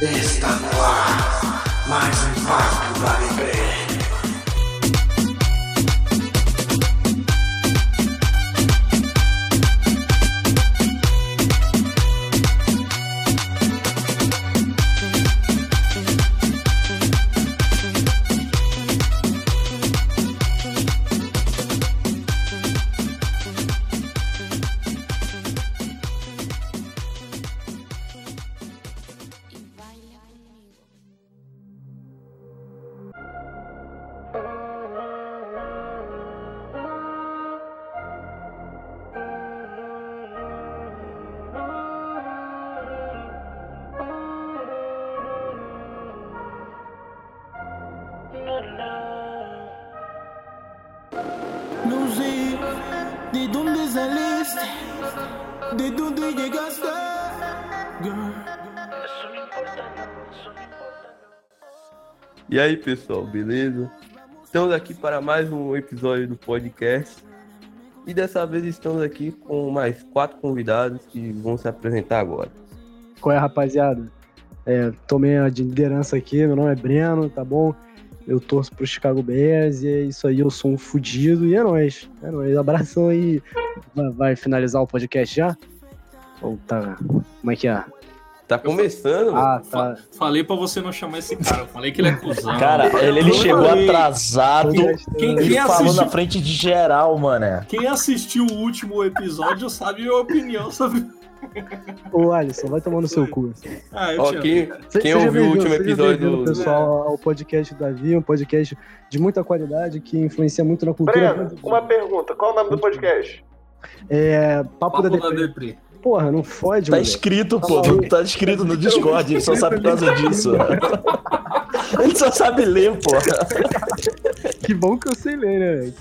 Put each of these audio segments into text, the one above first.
Está no ar mais um impacto da Libre. y baila conmigo. Lucy, de dónde saliste, de dónde llegaste, girl. E aí, pessoal, beleza? Estamos aqui para mais um episódio do podcast. E dessa vez estamos aqui com mais quatro convidados que vão se apresentar agora. Qual é, rapaziada? É, tomei a de liderança aqui, meu nome é Breno, tá bom? Eu torço pro Chicago Bears e é isso aí, eu sou um fudido e é nóis. É nóis, abração aí. Vai, vai finalizar o podcast já? Ou tá, como é que é? Tá começando, Ah, Fa- tá. Falei pra você não chamar esse cara. Eu falei que ele é cuzão. Cara, ele, ele Eu chegou falei. Ah, tá. atrasado. Quem, Ele quem, falou na assistiu, frente de geral, mano. Tá quem assistiu o último episódio sabe a minha opinião sobre. Ô, Alisson, vai tomar no seu cu. Se- Ah, eu Ó, te amo. quem, quem seja ouviu o bem-vindo, último seja episódio bem-vindo, do. É. pessoal, ao podcast do Davi, um podcast de muita qualidade que influencia muito na cultura. Breno, uma pergunta. Qual o nome do podcast? É, papo, Papo da da DP. Depri. Porra, não fode, Tá mano. escrito, pô. Tá escrito no Discord. Ele só sabe por causa disso. Ele só sabe ler, pô. Que bom que eu sei ler, né, velho?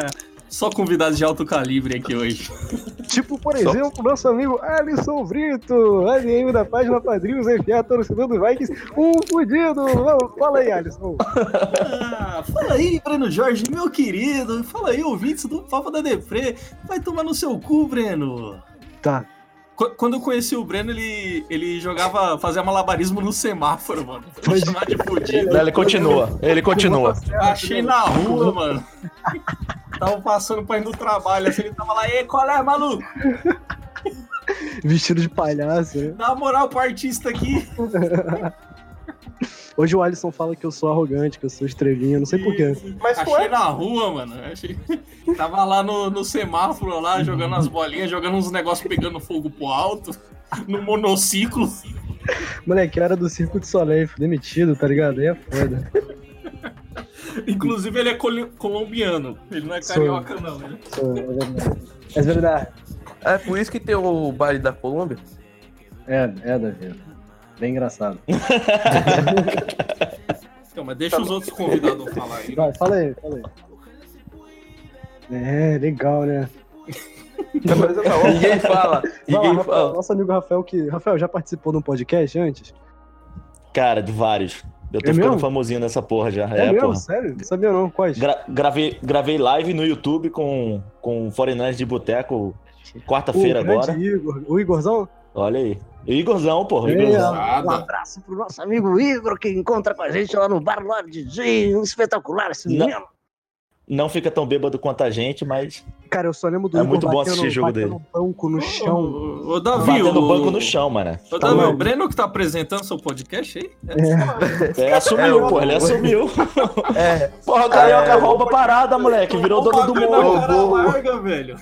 É, só convidados de alto calibre aqui hoje. Tipo, por exemplo, nosso amigo Alisson Brito, ADM da página Padrinhos FA, torcedor dos Vikings, um fudido. Vamos, Fala aí, Alisson. Ah, fala aí, Breno Jorge, meu querido. Fala aí, ouvintes do Papo da Depre. Vai tomar no seu cu, Breno. Tá. Qu- Quando eu conheci o Breno, ele, ele jogava, fazia malabarismo no semáforo, mano. Pra chamar de fudido. Não, ele continua. Ele continua. Achei na rua, mano. Tava passando pra ir no trabalho, assim, ele tava lá, ei, qual é, maluco? Vestido de palhaço, né? Dá uma moral pro artista aqui. Hoje o Alisson fala que eu sou arrogante, que eu sou estrelinha, não sei porquê. Mas tu Achei é, na rua, mano. Achei... Tava lá no, no semáforo, lá, jogando as bolinhas, jogando uns negócios pegando fogo pro alto, no monociclo. Moleque, eu era do Circo de Soleil, fui demitido, tá ligado? Aí é foda. Inclusive, ele é coli- colombiano. Ele não é Sou. carioca, não. Né? Sou- É verdade. É verdade. É por isso que tem o baile da Colômbia. É, é, Davi. Bem engraçado. Então, mas Tá deixa os outros convidados falar aí. Vai, fala aí, fala aí. É, legal, né? Ninguém fala. Vai lá, Ninguém Rafael, fala. nosso amigo Rafael, que. Rafael, já participou de um podcast antes? Cara, de vários. Eu tô É ficando mesmo? famosinho nessa porra já. É, É, mesmo? porra. Sério? Não sabia não, quais? Gra- gravei, gravei live no YouTube com, com Foreigners de Boteco quarta-feira o grande agora. Igor, o Igorzão? Olha aí. E Igorzão, porra. É, Igorzão. um Nada. abraço pro nosso amigo Igor, que encontra com a gente lá no Bar Lorde G, um espetacular esse Não. menino. Não fica tão bêbado quanto a gente, mas Cara, eu só lembro do É Igor muito bom batendo, assistir jogo batendo dele. banco no Ô, chão. ô, ô, Davi, tá batendo ô- o banco no chão, mano. Ô, Davi, Então, o Breno que tá apresentando seu podcast aí? É, assumiu, pô, ele assumiu. É. Porra, o Carioca rouba a parada, moleque. Virou dono do mundo. Roubou. Larga, velho.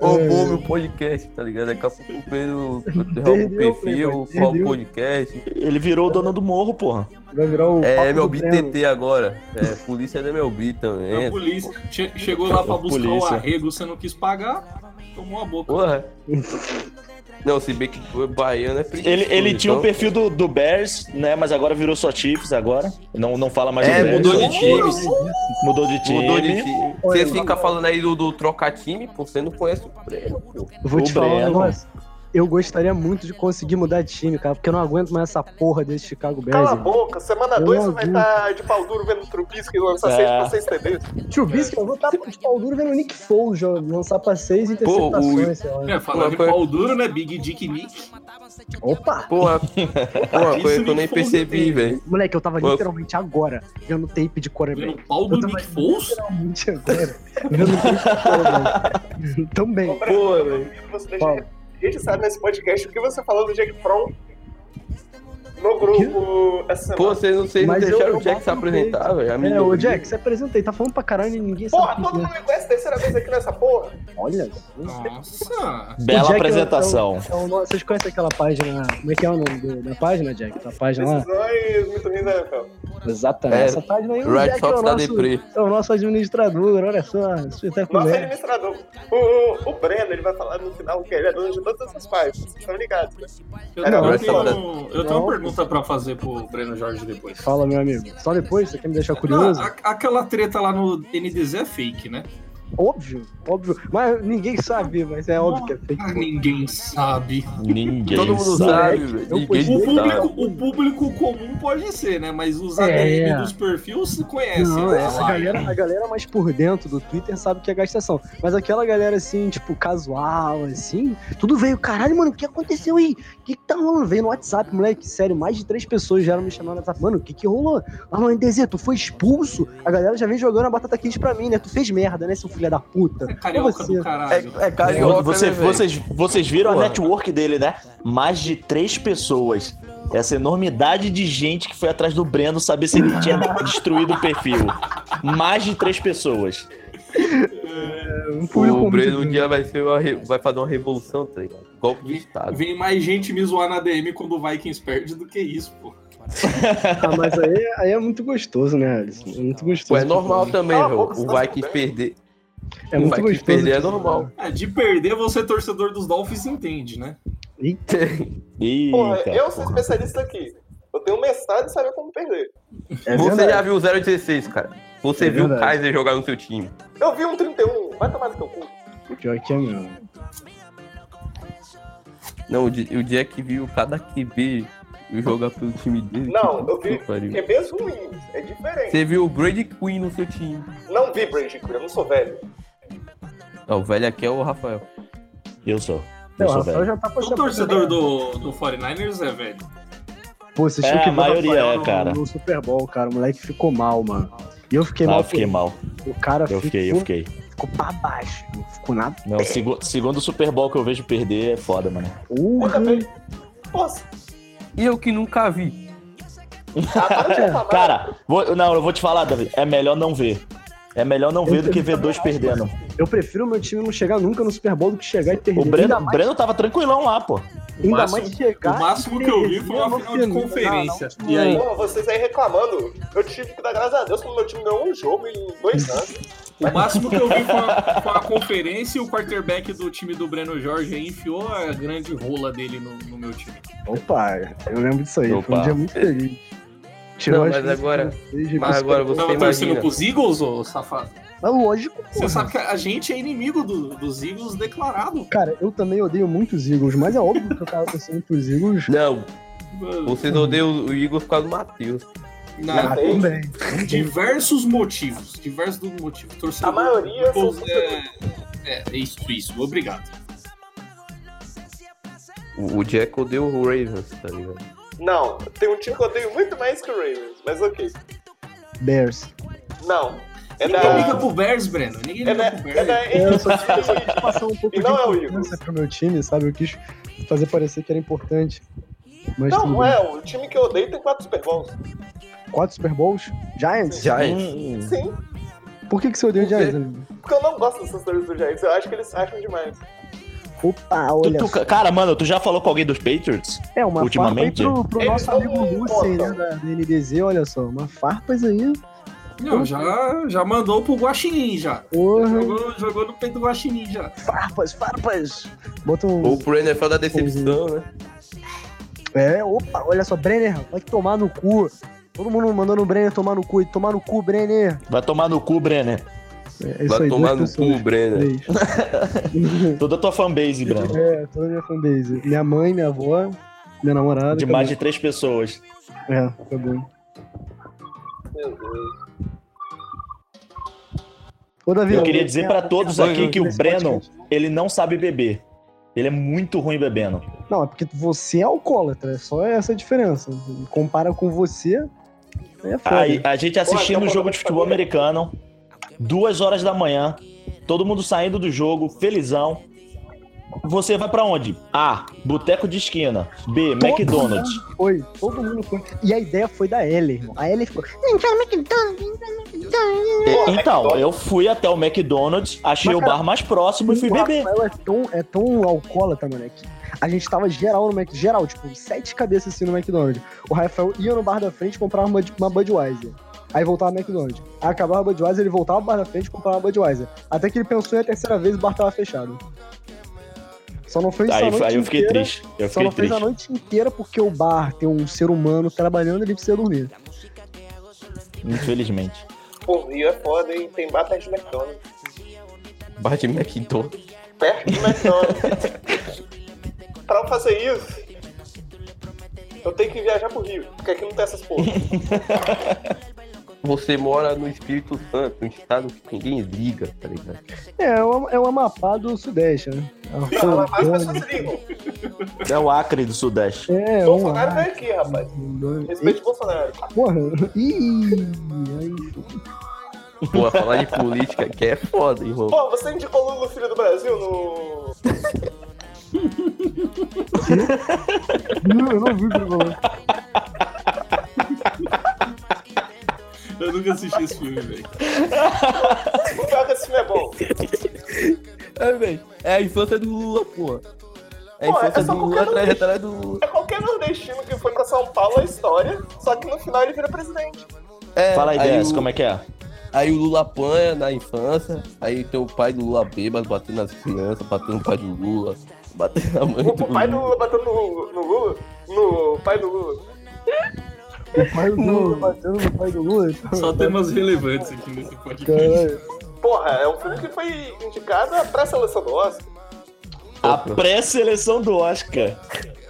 Roubou meu podcast, tá ligado? Daqui a pouco o Pedro rouba o Perdeu, perfil, Playboy, fala o perdeu. podcast. Ele virou o dono do morro, porra. Vai virar o É papo do MLB Breno. TT agora. É, polícia da MLB A também. polícia che- chegou lá pra A buscar o polícia. arrego, você não quis pagar, tomou a boca. Porra. Não, se bem que o baiano é preguiçoso, Ele, ele tinha um o então- perfil do, do Bears, né? Mas agora virou só Chiefs agora. Não, não fala mais É, do Bears. mudou de time. Mudou de time. Mudou de time. Você Olha, fica falando aí do, do trocar time, pô, você não conhece o Breno, pô. Eu Vou O te falar um Breno. negócio. Eu gostaria muito de conseguir mudar de time, cara, porque eu não aguento mais essa porra desse Chicago Cala a Bears. boca, semana Eu 2 você vai tá- adulto. estar de pau duro vendo o Trubisky lançar É. 6 pra 6 TDs. Chubisky, eu vou estar de pau duro vendo o Nick Foles jo- lançar pra seis interceptações, sei lá. É, falando de Uma coisa- pau duro, né? Big Dick Nick. Opa! Pô, uma, uma Isso coisa que me eu nem fode, percebi, velho. velho. Moleque, eu tava Pô. literalmente agora vendo tape de quarterback. Vendo o pau do Eu tava Nick Foles? Literalmente agora vendo tape de quarterback. Também. Pô, velho. Você Fala. deixa registrado nesse podcast o que você falou do Jake Fromm no grupo essa Pô, semana. vocês não, vocês não Mas eu- deixaram eu o Jack bato se no apresentar, velho. A É, menina- ô Jack, você apresenta aí, tá falando pra caralho e ninguém Porra, sabe. todo quem é. mundo me conhece terceira vez aqui nessa porra. Olha. Nossa. O Bela Jack é o- apresentação. é o- é o nosso- vocês conhecem aquela página. Como é que é o nome do- da página, Jack? Da página lá? Decisões muito né, ruins da NFL. Exatamente. É, Essa página aí o Red Jack é Sox o tá nosso, deprê. é o nosso administrador, olha só, Nosso espetacular. administrador. O, o, o Breno, ele vai falar no final que ele é dono de todas essas páginas. Vocês estão ligados, né? Eu, É, tenho- não, eu mas- tenho, eu tenho uma pergunta pra fazer pro Breno Jorge depois. Fala, meu amigo. Só depois, você quer me deixar Não, curioso? a- aquela treta lá no NDZ é fake, né? Óbvio, óbvio. Mas ninguém sabe, mas é óbvio que é fake. Ah, ninguém sabe. Ninguém Todo mundo sabe. sabe, Moleque, velho. eu Ninguém O postei- sabe. público, o público comum pode ser, né? Mas os É. ADM dos perfis se conhecem. Não, né? essa galera, a galera mais por dentro do Twitter sabe que é gastação. Mas aquela galera assim, tipo, casual, assim, tudo veio, caralho, mano, o que aconteceu aí? O que, que tá rolando? Veio no WhatsApp, moleque, sério, mais de três pessoas já eram me chamando no WhatsApp. Mano, o que que rolou? Ah, mano, NDZ, tu foi expulso? A galera já vem jogando a batata quente pra mim, né? Tu fez merda, né, seu filho da puta? É assim? Carioca Você- do caralho. É, é carioca, Você- né, velho? vocês, vocês viram Porra. a network dele, né? Mais de três pessoas. Essa enormidade de gente que foi atrás do Breno saber se ele tinha destruído o perfil. Mais de três pessoas. Um público O muito Breno um grande. dia vai, ser uma re- vai fazer uma revolução, tá ligado? Golpe de Estado. Vem mais gente me zoar na DM quando o Vikings perde do que isso, pô. Ah, mas aí, aí é muito gostoso, né, Alisson? É muito gostoso. Pô, é normal também, Ah, Cala a velho. boca, O Vikings perder. É o muito Vikings gostoso. perder é de- normal. É, de perder, você torcedor dos Dolphins entende, né? Eita, Eita. Porra, eu sou especialista aqui. Eu tenho mestrado em saber como perder. é Você verdade. já viu o 016, cara. Você É viu o verdade. Kaiser jogar no seu time. Eu vi um 31, vai tomar no teu cu. Pior que é mesmo. Não, o Di- o Jack viu cada QB jogar pelo time dele. Não, Que eu vi que pariu. QBs ruins, é diferente. Você viu o Brady Queen no seu time. Não vi Brady Quinn, eu não sou velho. Não, o velho aqui é o Rafael. Eu sou. Não, Eu o sou Rafael velho. já tá com O essa- torcedor do, do 49ers é velho. Pô, vocês É, tinham que a ver o maioria Rafael é, no- cara. No, Super Bowl, cara. O moleque ficou mal, mano. E eu fiquei Ah, mal. eu fiquei pô. mal. O cara Eu ficou, fiquei, eu fiquei. ficou pra baixo. Não ficou nada. Não, segu- segundo Super Bowl que eu vejo perder é foda, mano. Porra. também. Nossa, E eu que nunca vi. para de reclamar. Cara, vou- não, eu vou te falar, Davi. É melhor não ver. É melhor não ver do que ver dois perdendo. Eu prefiro o meu time não chegar nunca no Super Bowl do que chegar e perder. O Breno, ainda mais, Breno tava tranquilão lá, pô. ainda máximo- mais chegar. o máximo que eu vi foi uma no final de final, conferência. na- na E aí? Pô, vocês aí reclamando. Eu tive que dar graças a Deus quando meu time ganhou um jogo em dois anos. O máximo que eu vi foi uma, foi uma conferência e o quarterback do time do Breno Jorge aí enfiou a grande rola dele no, no meu time. Opa, eu lembro disso aí. Foi Opa. um dia muito feliz. Não, as mas coisas agora- que tá eu fiz, Mas agora você Tava torcendo imagina. pros Eagles, ô safado? Mas lógico, Você porra. sabe que a gente é inimigo do- dos Eagles declarado. Cara, eu também odeio muito os Eagles, mas é óbvio que eu tava torcendo pros Eagles. Não, vocês odeiam o Igor por causa do Matheus. Na- Ah, também. diversos motivos. Diversos dos motivos. Torcedor A do maioria Eagles são é, é, é isso, isso. Obrigado. O o Jack odeia o Ravens, tá ligado? Não, tem um time que eu odeio muito mais que o Ravens, mas ok. Bears. Não. É da. Ninguém liga pro Bears, Breno. Ninguém É da. liga pro É Bears. da. É, eu só quis, eu só quis passar um pouco E de não é o importância pro meu time, sabe? Eu quis fazer parecer que era importante. Mas Não, tudo não bem. é. O time que eu odeio tem quatro Super Bowls. Quatro Super Bowls? Giants? Giants. Hum, Sim, Por que, que você odeia o Por quê? Giants? porque eu não gosto dessas torres do Giants. Eu acho que eles acham demais. Opa, Tu- olha. tu- só. cara, mano, tu já falou com alguém dos Patriots? é uma ultimamente? farpa aí pro, pro Eles nosso são amigo um Lucien, né? botão. Da, da NDZ, olha só. Uma farpas aí. Não, já, já mandou pro Guaxinim, já. Uhum. Porra. Jogou, jogou no peito do Guaxinim, já. Farpas, farpas. Bota um. Ou pro NFL da decepção, né? É, opa, olha só. Brenner, vai tomar no cu. Todo mundo mandando o Brenner tomar no cu. Tomar no cu, Brenner. Vai tomar no cu, Brenner. É isso Vai aí, tomar duas no cu, pessoas. Brenner. Três. Toda a tua fanbase, Breno. É, toda a minha fanbase. Minha mãe, minha avó, minha namorada. De acabou. mais de três pessoas. É, tá bom. É, Meu Deus. Ô, Davi, Eu queria dizer pra todos Oi, aqui oi. que o Esse Breno, podcast- ele não sabe beber. Ele é muito ruim bebendo. Não, é porque você é alcoólatra, é só essa a diferença. Compara com você, aí é foda. Aí, a gente assistindo Pô, o então jogo de futebol americano, duas horas da manhã, todo mundo saindo do jogo, felizão. Você vai pra onde? A. Boteco de esquina. B. Todo McDonald's. mundo Foi, todo mundo foi. E a ideia foi da Ellen, irmão. A Ellen ficou. Entra no McDonald's, entra no McDonald's. E- Então, McDonald's. eu fui até o McDonald's, achei Mas, o bar mais próximo e fui O beber. Rafael é tão, é tão alcoólatra, moleque. A gente tava geral no McDonald's, geral, tipo, sete cabeças assim no McDonald's. O Rafael ia no bar da frente comprar uma, uma Budweiser. Aí voltava no McDonald's. Aí acabava a Budweiser, ele voltava pro bar da frente e comprava uma Budweiser. Até que ele pensou em a terceira vez e o bar tava fechado. Só não fez isso a Aí, noite aí eu fiquei inteira. triste. Eu Só fiquei não fez a triste. noite inteira porque o bar tem um ser humano trabalhando ele precisa dormir. Infelizmente. Pô, Rio é foda, hein? Tem bar perto de McDonald's. Bate McDonald's. Perto de McDonald's. pra eu fazer isso, eu tenho que viajar pro Rio, porque aqui não tem essas porra. Você mora no Espírito Santo, um estado que ninguém liga, tá ligado? É, é o, é o Amapá do Sudeste, né? É uma Não, mas as coisa- pessoas ligam. É o Acre do Sudeste. É, um Bolsonaro vem aqui, rapaz. Respeite o Bolsonaro. Porra. Ih, aí- Pô, falar de política que é foda, irmão. Pô, você indicou o Lula Filho do Brasil no. Não, eu não vi o que ele falou. Eu nunca assisti esse filme, velho. O pior que esse filme é bom. É, velho. É a infância do Lula, porra. É a Pô, é infância só do Lula, qualquer a um trajetória do Lula. É qualquer nordestino que foi pra São Paulo a história, só que no final ele vira presidente. É, Fala aí, Dess, o- como é que é? Aí o Lula apanha na infância, aí tem o pai do Lula bêbado batendo nas crianças, batendo no pai do Lula, batendo na mãe O, do o pai do Lula. Lula batendo no, no Lula. No pai do Lula. O pai do Lula batendo no pai do Lula. então- Uhum. Só temas relevantes aqui nesse podcast. Caralho. Porra, é um filme que foi indicado à pré-seleção do Oscar. A Opa. pré-seleção do Oscar.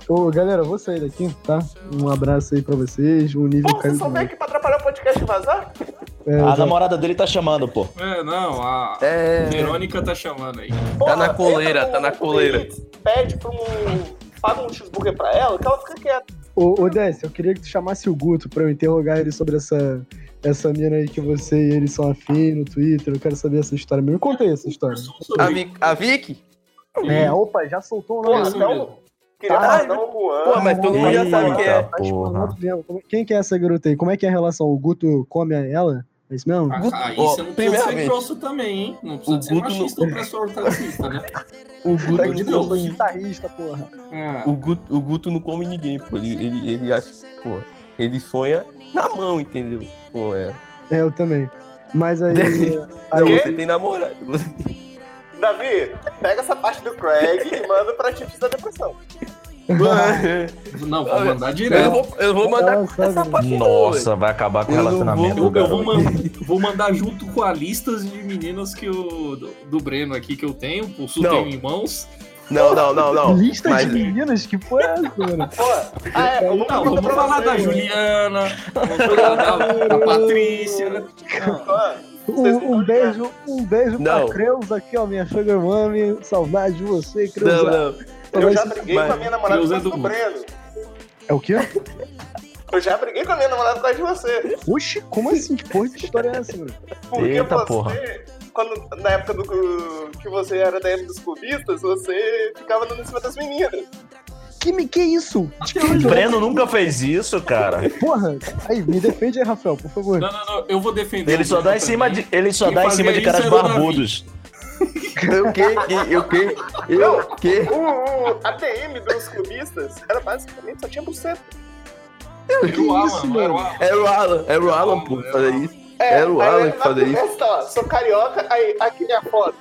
Ô, galera, eu vou sair daqui, tá? Um abraço aí pra vocês. O nível Pô, você caiu. só veio demais. aqui pra atrapalhar o podcast e vazar? Tá É, A já- namorada dele tá chamando, pô. É, não, a É, Verônica tá chamando aí. Porra, na coleira, entra tá na no coleira. Uber Eats, Pede pra um. Paga um cheeseburger pra ela, que ela fica quieta. Ô, ô Dess, eu queria que tu chamasse o Guto pra eu interrogar ele sobre essa, essa mina aí que você e ele são afim no Twitter. Eu quero saber essa história. Me conta aí essa história. a, Vi- a Vicky? É, opa, já soltou o Porra, nome. isso então, mesmo. Queria Tá. dar um Juan. Pô, mas todo mundo já sabe quem é. Eita, porra. Quem que é essa garota aí? Como é que é a relação? O Guto come a ela? É isso mesmo? Ah, Guto- Aí ó, você não precisa ser primeiramente- grosso também, hein? Não precisa O ser Guto não- machista ou opressor ou taxista, né? O Tá Guto, de não, novo, guitarrista, porra. Ah, o, Guto, o Guto não come ninguém, pô. Ele, ele, ele acha, pô, ele sonha na mão, entendeu? Pô, é. É, eu também. Mas aí. aí Não, quê? você tem namorado. Davi, pega essa parte do Craig e manda pra tipos da depressão. Não, vou mandar Eu direto. vou, eu vou mandar ela sabe, essa né? parte Nossa, vai acabar com o Eu não relacionamento vou- do Eu, eu vou, garoto. man- vou mandar junto com a lista de meninas que o, do, do Breno aqui que eu tenho, possuo Não. tenho em mãos. Não, não, não, não. Lista Mas- de meninas? Que foi essa, mano? Pô, ah, Então, é, o Lucas Não, vamos mandou pra falar você, da Juliana, vamos falar da, da Patrícia, né? Ó, Um, um beijo, um beijo Não. pra Creus aqui, ó, minha sugar mami. Saudade de você, Creus. Não, não. Eu já briguei Mas- com a minha namorada por Deus é causa do do mundo. Breno. É o quê? Eu já briguei com a minha namorada por causa de você. Oxi, como assim? Que porra de história é essa, mano? Porque Eita, você, porra. quando, na época do, que você era da época dos cubistas, você ficava dando em cima das meninas. Que, me- que isso? O Breno nunca fez isso, cara. Porra! Aí, me defende aí, Rafael, por favor. Não, não, não, eu vou defender. Ele o só Breno dá em cima também. de, ele só Quem dá em fazia cima de isso caras era o Davi. barbudos. Eu que, que- eu que, eu que. O, o ATM dos cubistas era basicamente só tinha buceta. Era o Alan, isso, não era o Alan. É Era o Alan, era o Alan, pô, fazer isso. Era o É, aí Alan na que fazia isso. conversa, ó, sou carioca, aí aqui é a foto.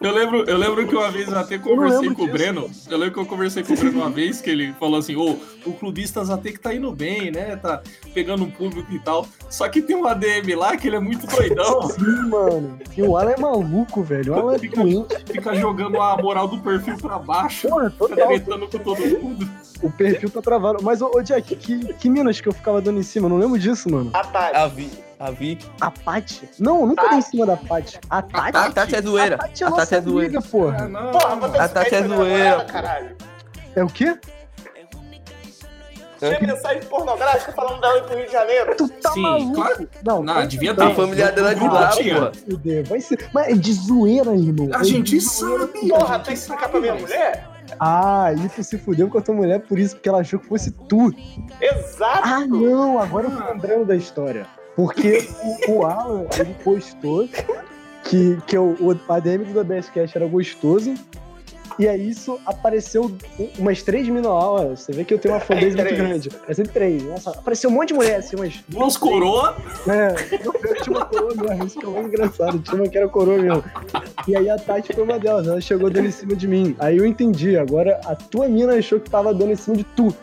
Eu lembro, eu lembro que uma vez eu até conversei com o Breno. Eu lembro que eu conversei com o Breno uma vez, que ele falou assim, ô, o Clubistas até que tá indo bem, né? Tá pegando um público e tal. Só que tem um ADM lá que ele é muito doidão, Sim, mano. E o Alan é maluco, velho. O Alan é doente. fica jogando a moral do perfil pra baixo, Porra, fica total. tretando Tá com todo mundo. O perfil tá travado. Mas, ô, ô Jack, que, que minas que eu ficava dando em cima? Eu não lembro disso, mano. A Tati. A Vi. A Vi. A Paty? Não, eu nunca dei em cima da Paty. A Tati? A Tati é zoeira. A Tati é A nossa Tati é amiga, zoeira. Ah, porra. não, Porra, você A Tati é zoeira, pô. caralho. É o quê? Tá É. Tinha mensagem pornográfica falando dela ir pro Rio de Janeiro. Tu tá Sim, maluco? claro. Não, Não, vai devia se tá. A família dela é de lá, Tinha. pô. fuder, vai ser. Mas é de zoeira, irmão. A É de gente zoeira. sabe. Porra, tem que explicar pra minha mulher? Ah, isso se fudeu com a tua mulher por isso, porque ela achou que fosse tu. Exato. Ah, não, agora eu tô lembrando da história. Porque o, o Alan, ele postou que, que o, o ADM do Basecast era gostoso. E aí isso apareceu umas três mil na aula. Você vê que eu tenho uma fanbase muito Três. grande. É sempre três. Nossa, apareceu um monte de mulher assim, umas Duas coroas, É, eu tinha uma coroa mesmo, isso que é mais engraçado. Tinha uma que era coroa mesmo. E aí a Tati foi uma delas, ela chegou dando em cima de mim. Aí eu entendi, agora a tua mina achou que tava dando em cima de tu.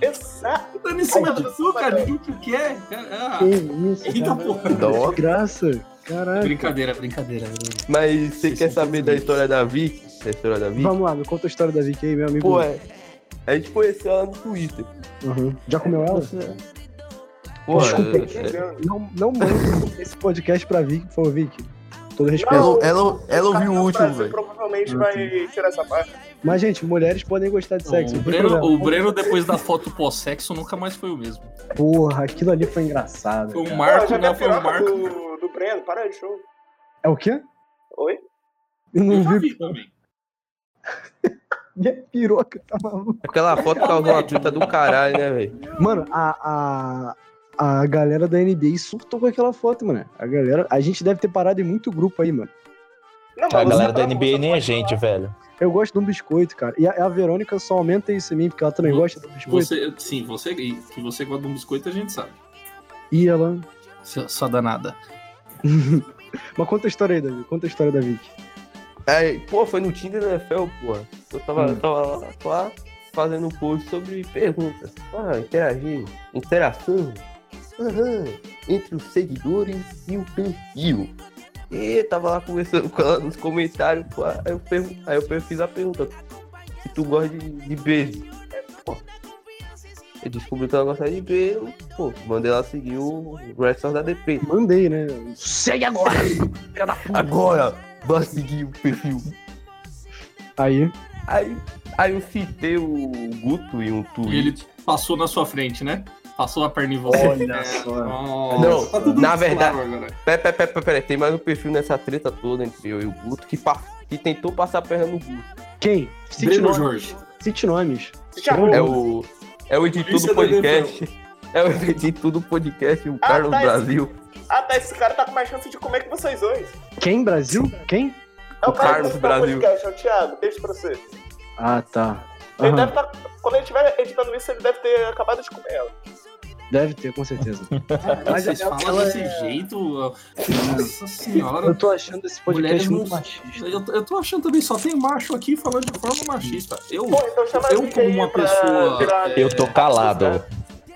Exato. dando em cima do sul, cara, de tudo que é. Ah, Que isso, Eita, cara. porra. Dó. Desgraça. Caralho. Brincadeira, brincadeira. Mas você quer saber da história da Vi? Da história da Vi? Vamos lá, me conta a história da Vicky aí, meu amigo. Pô, é. A gente conheceu ela no Twitter. Uhum. Já comeu ela? Pô, Desculpa. é- Não, não manda esse podcast pra Vicky, por favor, Vicky. Todo respeito. ela, ela, ela ouviu o último, Brasil velho. Provavelmente Uhum. vai tirar essa parte. Mas, gente, mulheres podem gostar de sexo. o, não tem Breno, problema. o Breno, depois da foto pós-sexo, nunca mais foi o mesmo. Porra, aquilo ali foi engraçado. Foi um cara. Porra, marco, já vi não a foi um piroca marco. do, do Breno. Para de show. É o quê? Oi? Eu Eu já não vi. vi também. Minha piroca tá maluca. Aquela foto causou uma treta do caralho, né, velho? Mano, a, a, a galera da NBA surtou com aquela foto, mano. A galera. A gente deve ter parado em muito grupo aí, mano. Não, A mas galera você da tá- NBA nem é gente, velho. Eu gosto de um biscoito, cara. E a, a Verônica só aumenta isso em mim, porque ela também Vo- gosta do biscoito. Tipo, Você, sim, você que você gosta de um biscoito, a gente sabe. E ela. Sua sua danada. Mas conta a história aí, Davi. Conta a história da Vicky. Aí, pô, foi no Tinder da NFL, porra. Eu tava, Hum. tava lá, lá fazendo um post sobre perguntas. Ah, interagir, interação. Aham. Entre os seguidores e o perfil. E eu tava lá conversando com ela nos comentários, pô, aí eu, pergun- aí eu per- fiz a pergunta. Se tu gosta de, de beijo. Pô, Eu descobri que ela gosta de beijo, pô, mandei ela seguir o Wrestler da DP. Mandei, né? Segue agora! Agora, vai seguir o perfil Aí. Aí, aí eu citei o Guto em um tweet. E ele passou na sua frente, né? Passou a perna em você. Olha É, só. nossa. Não, Tá tudo na claro verdade- agora. Pera, pera, pera, pera, pera, tem mais um perfil nessa treta toda entre eu e o Guto que, pa- que tentou passar a perna no Guto. Quem? Cite Breno nomes. Jorge. Cite nomes. Cite arroba. É o. É o editor Polícia do da podcast. É o editor do podcast, o Ah, Carlos tá, esse- Brasil. Ah, tá. Esse cara tá com mais chance de comer que vocês dois. Quem, Brasil? Quem? É o, O cara Carlos que Brasil. Brasil. podcast, é o Thiago. Beijo pra você. Ah, tá. Ele Aham, deve tá, quando ele estiver editando isso, ele deve ter acabado de comer ela. Deve ter, com certeza. Mas vocês ela- falam ela desse jeito. Nossa senhora. Eu tô achando esse Mulheres podcast muito não- machista. Eu, eu tô achando também, só tem macho aqui falando de forma machista. Eu, Porra, então chama a Eu, gente como aí uma pra pessoa- virar- Eu tô calado.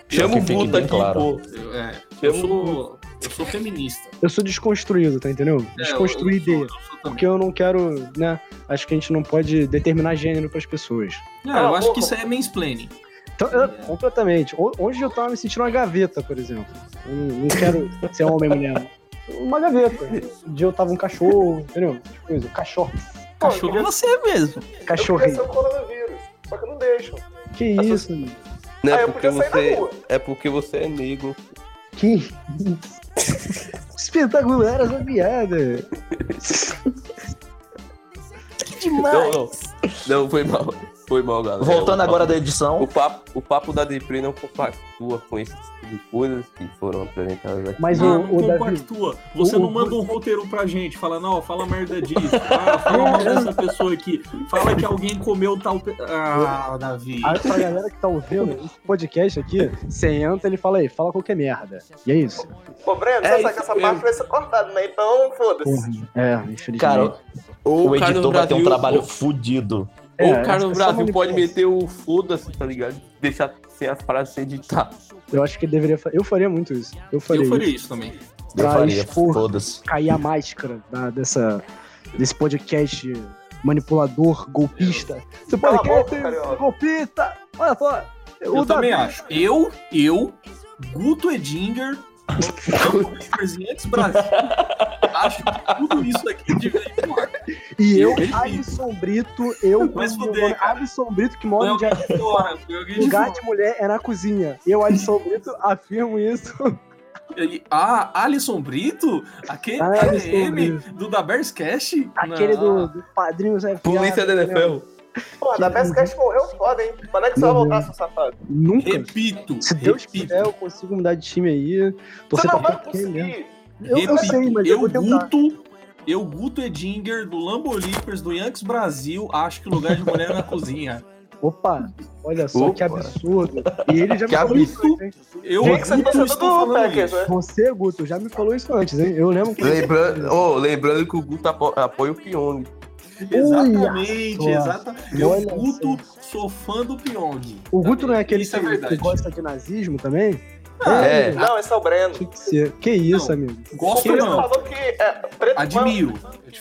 Chama que o fique Guto bem aqui, claro. pô. eu, é, eu sou. Eu sou feminista. Eu sou desconstruído, tá entendendo? É, eu- Desconstruir eu sou- ideia. eu sou também. Porque eu não quero, né? Acho que a gente não pode determinar gênero pras pessoas. Não, Cala eu a acho boca. que isso aí é mansplaining. Então, eu- completamente. Ho- Hoje eu tava me sentindo uma gaveta, por exemplo. Eu não, não quero ser homem ou mulher. Uma gaveta. Um dia eu tava um cachorro, entendeu? Essas coisas. Cachorro. Pô, eu Cachorro queria- é você mesmo. Eu queria ser Cachorrinho. o coronavírus, só que não deixam. Que isso, mano? Não Ah, é eu porque podia sair você. na rua. É porque você é negro. Que isso? Espetacular essa piada. Não, não. Não, foi mal. Foi mal, galera. Voltando O agora da papo- edição. O papo, o papo da Depre não compactua com esse tipo de coisas que foram apresentadas aqui. Mas Não, o, Ah, não o Davi, compactua. Você o- não manda um roteiro pra gente. Fala, não, fala merda disso. Ah, fala mal dessa pessoa aqui. Fala que alguém comeu tal. pe- Ah, Davi. a, pra galera que tá ouvindo esse podcast aqui, você entra ele fala aí, fala qualquer merda. E é isso. Ô, Breno, É você sabe isso que essa mesmo. parte vai ser cortada, né? Então, foda-se. Porra, é, infelizmente. Cara, Ou o cara no editor vai ter um Brasil- trabalho fudido. É, Ou o cara essa- no essa é uma Brasil pode manipulação. meter o foda-se, tá ligado? Deixar sem as frases sem editar. Eu acho que ele deveria. fa- Eu faria muito isso. Eu faria, Eu faria isso. isso também. Eu Pra faria, expor. foda-se. Cair a máscara da- dessa, desse podcast manipulador, golpista. Esse Cala a podcast é boca, carioca. golpista! Olha só! Eu também acho. Eu, eu, Guto Edinger, Presidentes Brasil, acho que tudo isso aqui devia ir pro ar. E eu, Ele- Alisson Brito, eu Vai se meu fuder, nome é cara. Alisson Brito, que Foi mora alguém de de fora, foi alguém de lugar fora. de mulher é na cozinha. Eu, Alisson Brito, afirmo isso. E- Ah, Alisson Brito? Aquele Ah, Alisson M Brito. do da Bears Cash? Aquele do, do padrinho Zé Fiado, Polícia da né? NFL. Porra, da Pescast morreu foda, hein? Quando é que você vai voltar, seu safado? Nunca. Repito, Se Deus repito. quiser, eu consigo mudar de time aí. Você Torcer não pra vai qualquer tá mesmo. conseguir. Eu, eu sei, mas eu, vou tentar. Guto, eu, Guto Edinger, do Lambolipers, do Yankees Brasil, acho que o lugar de mulher é na cozinha. Opa, olha só que Opa. absurdo. E ele já Que me falou isso é absurdo. antes, hein? Eu, Tinha que ser Guto, pensador estou do falando Packers, isso. né? Você, Guto, já me falou isso antes, hein? Eu lembro que. Lembrando, oh, lembrando que o Guto apo- apoia o Pyong. Exatamente, Olha só. exatamente. Eu, Olha Guto, sou fã do Pyong. O Guto não é aquele Isso é que- verdade. que gosta de nazismo também? Ah, é. amigo, Não, esse é o Breno. Tinha que ser. Que isso, Não. amigo. O Gosto Breno não, falou que é preto. admiro.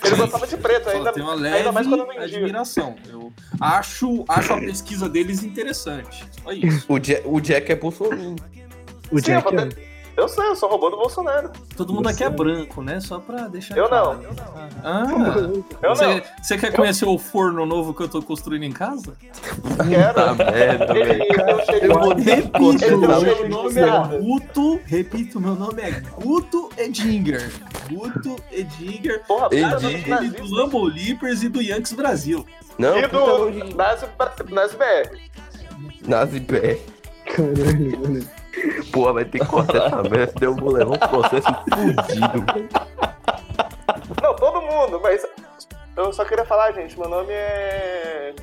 Ele gostava de preto, ainda, Só tenho uma ainda mais quando leve vendia. admiração. Eu acho, acho a pesquisa deles interessante. Só isso. O, Ja- o Jack é Bolsonaro. O Sim, Jack. é um eu vou Eu sei, eu sou robô do Bolsonaro. Todo mundo Você- aqui é branco, né? Só pra deixar Eu claro. não. Ah, Eu é não. Você, você quer conhecer o forno novo que eu tô construindo em casa? Tá Quero. merda, velho. Ele deu um Eu cheirinho. vou ter Ele deu um consultar. cheirinho Meu nome de é você. Guto, repito, meu nome é Guto Edinger. Guto Edinger, Porra, Ele cara, disse- não ele do nazista. Lambo Leapers e do Yankees Brasil. Não, E puta longe. do Nazi- Nazi BR. Nazi BR. Caralho, olha. Porra, vai ter que cortar essa merda, senão eu vou levar um processo fudido. Não, todo mundo, mas eu só queria falar, gente, meu nome é.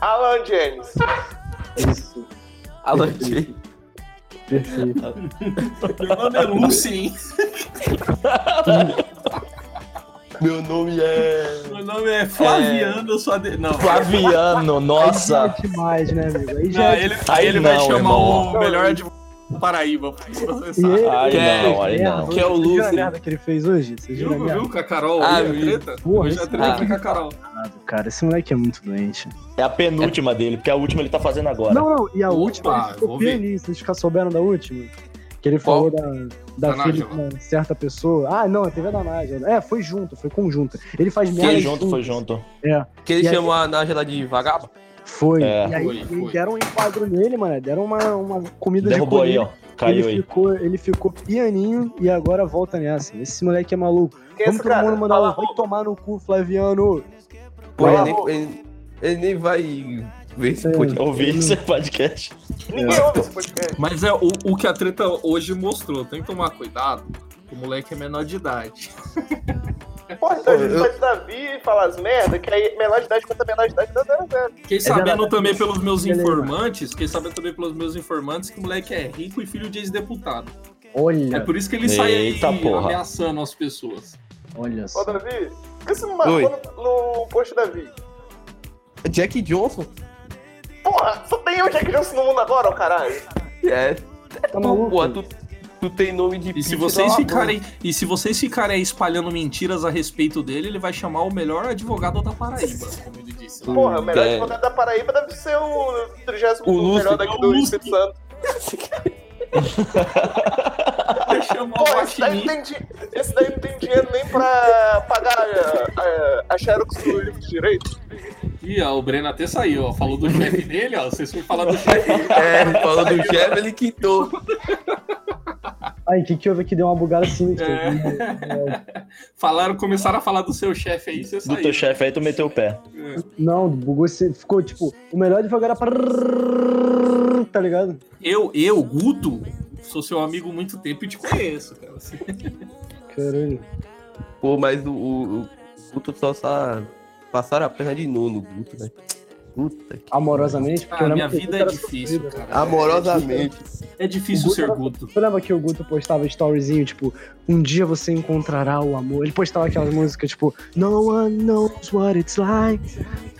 Alan James. Isso, Alan Jay. perfeito. Meu nome é Lucien. Meu nome é. Meu nome é Flaviano, eu sou ade... Não. Flaviano, nossa. Aí já é demais, né, amigo? Aí Não, já é ele, Aí ele vai não, chamar irmão. o melhor advogado do Paraíba pra isso processar. E ele- Ai, ele não, ai, fez merda não. hoje. Que é o Vocês viram a Lúcio. merda que ele fez hoje? Vocês Viu, viram a merda? viu com a Carol? Ah, Olha a vi. treta? é Porra, Hoje a esse treta cara. com a Carol. Cara, esse moleque é muito doente. É a penúltima dele, porque a última ele tá fazendo agora. Não, não, e a Opa, última, ele vou ficou ver. pianista. Vocês já souberam da última? Que ele Qual? falou da, Da da filha de Nájila. uma certa pessoa. Ah, não, a TV da Nájila. É, foi junto, foi conjunta. Ele faz merda. Foi em junto, tudo. foi junto. É, Que ele E aí- chamou a Nájila de vagaba? foi. É. e aí Foi, foi. deram um enquadro nele, mano. Deram uma, uma comida Derrubou de aí, colírio. ó. Caiu ele aí. Ficou, ele ficou pianinho e agora volta nessa. Esse moleque é maluco. Quem é Vamos esse todo mundo cara? mandar um Fala, vai tomar no cu, Flaviano. Pô, ele, Fala, nem, amor. ele- ele nem vai ver esse É. podcast. Ouvi esse podcast. né? Ninguém ouve esse podcast. Mas é o, o que a treta hoje mostrou. Tem que tomar cuidado. que O moleque é menor de idade. Porra, então a gente vai de Davi e falar as merda, que aí menor de idade contra menor de idade né? dá zero, zero. Fiquei sabendo É verdade. também pelos meus Beleza. informantes, fiquei sabendo também pelos meus informantes que o moleque é rico e filho de ex-deputado. É Olha, por isso que ele sai aí Eita, porra. ameaçando as pessoas. olha Ô, só. Davi, por que você não marcou Oi. no, no post da Davi? Jack Johnson? Porra, só tem eu Jack Johnson no mundo agora, ô caralho. É. Tá Pô, maluco? pô, tu, tu tem nome de. E se Pete vocês é da ficarem, e se vocês ficarem aí espalhando mentiras a respeito dele, ele vai chamar o melhor advogado da Paraíba, como ele disse. lá. Porra, o melhor É. advogado da Paraíba deve ser o 30 O Lúcio, melhor daqui é o do Lúcio. Espírito Santo. Vai chamar o Porra, esse daí, não Guaxinim. tem, di- esse daí não tem dinheiro nem pra pagar é, a, a, a Xerox do livro de direito. Ih, ó, o Breno até saiu, ó. Falou do chefe dele, ó. Vocês foram falar do chefe. É, falando do Jeff, ele quitou. Ai, o que, que houve que deu uma bugada assim? Falaram, começaram a falar do seu chefe aí, você Do saiu. teu chefe aí, tu meteu o pé. Não, bugou assim, ficou tipo, o melhor advogado era. Tá ligado? Eu, eu, Guto, sou seu amigo há muito tempo e te conheço, cara. assim. Caralho. Pô, mas o, o, o Guto só sa- passaram a perna de nono, Guto, né? Puta que... Amorosamente, porque eu Ah, lembro minha que o vida é Guto era difícil, sofrido. cara. Ah, Amorosamente. É difícil O Guto ser era- Guto. Eu lembro que o Guto postava storyzinho, tipo, um dia você encontrará o amor. Ele postava aquelas músicas, tipo, No one knows what it's like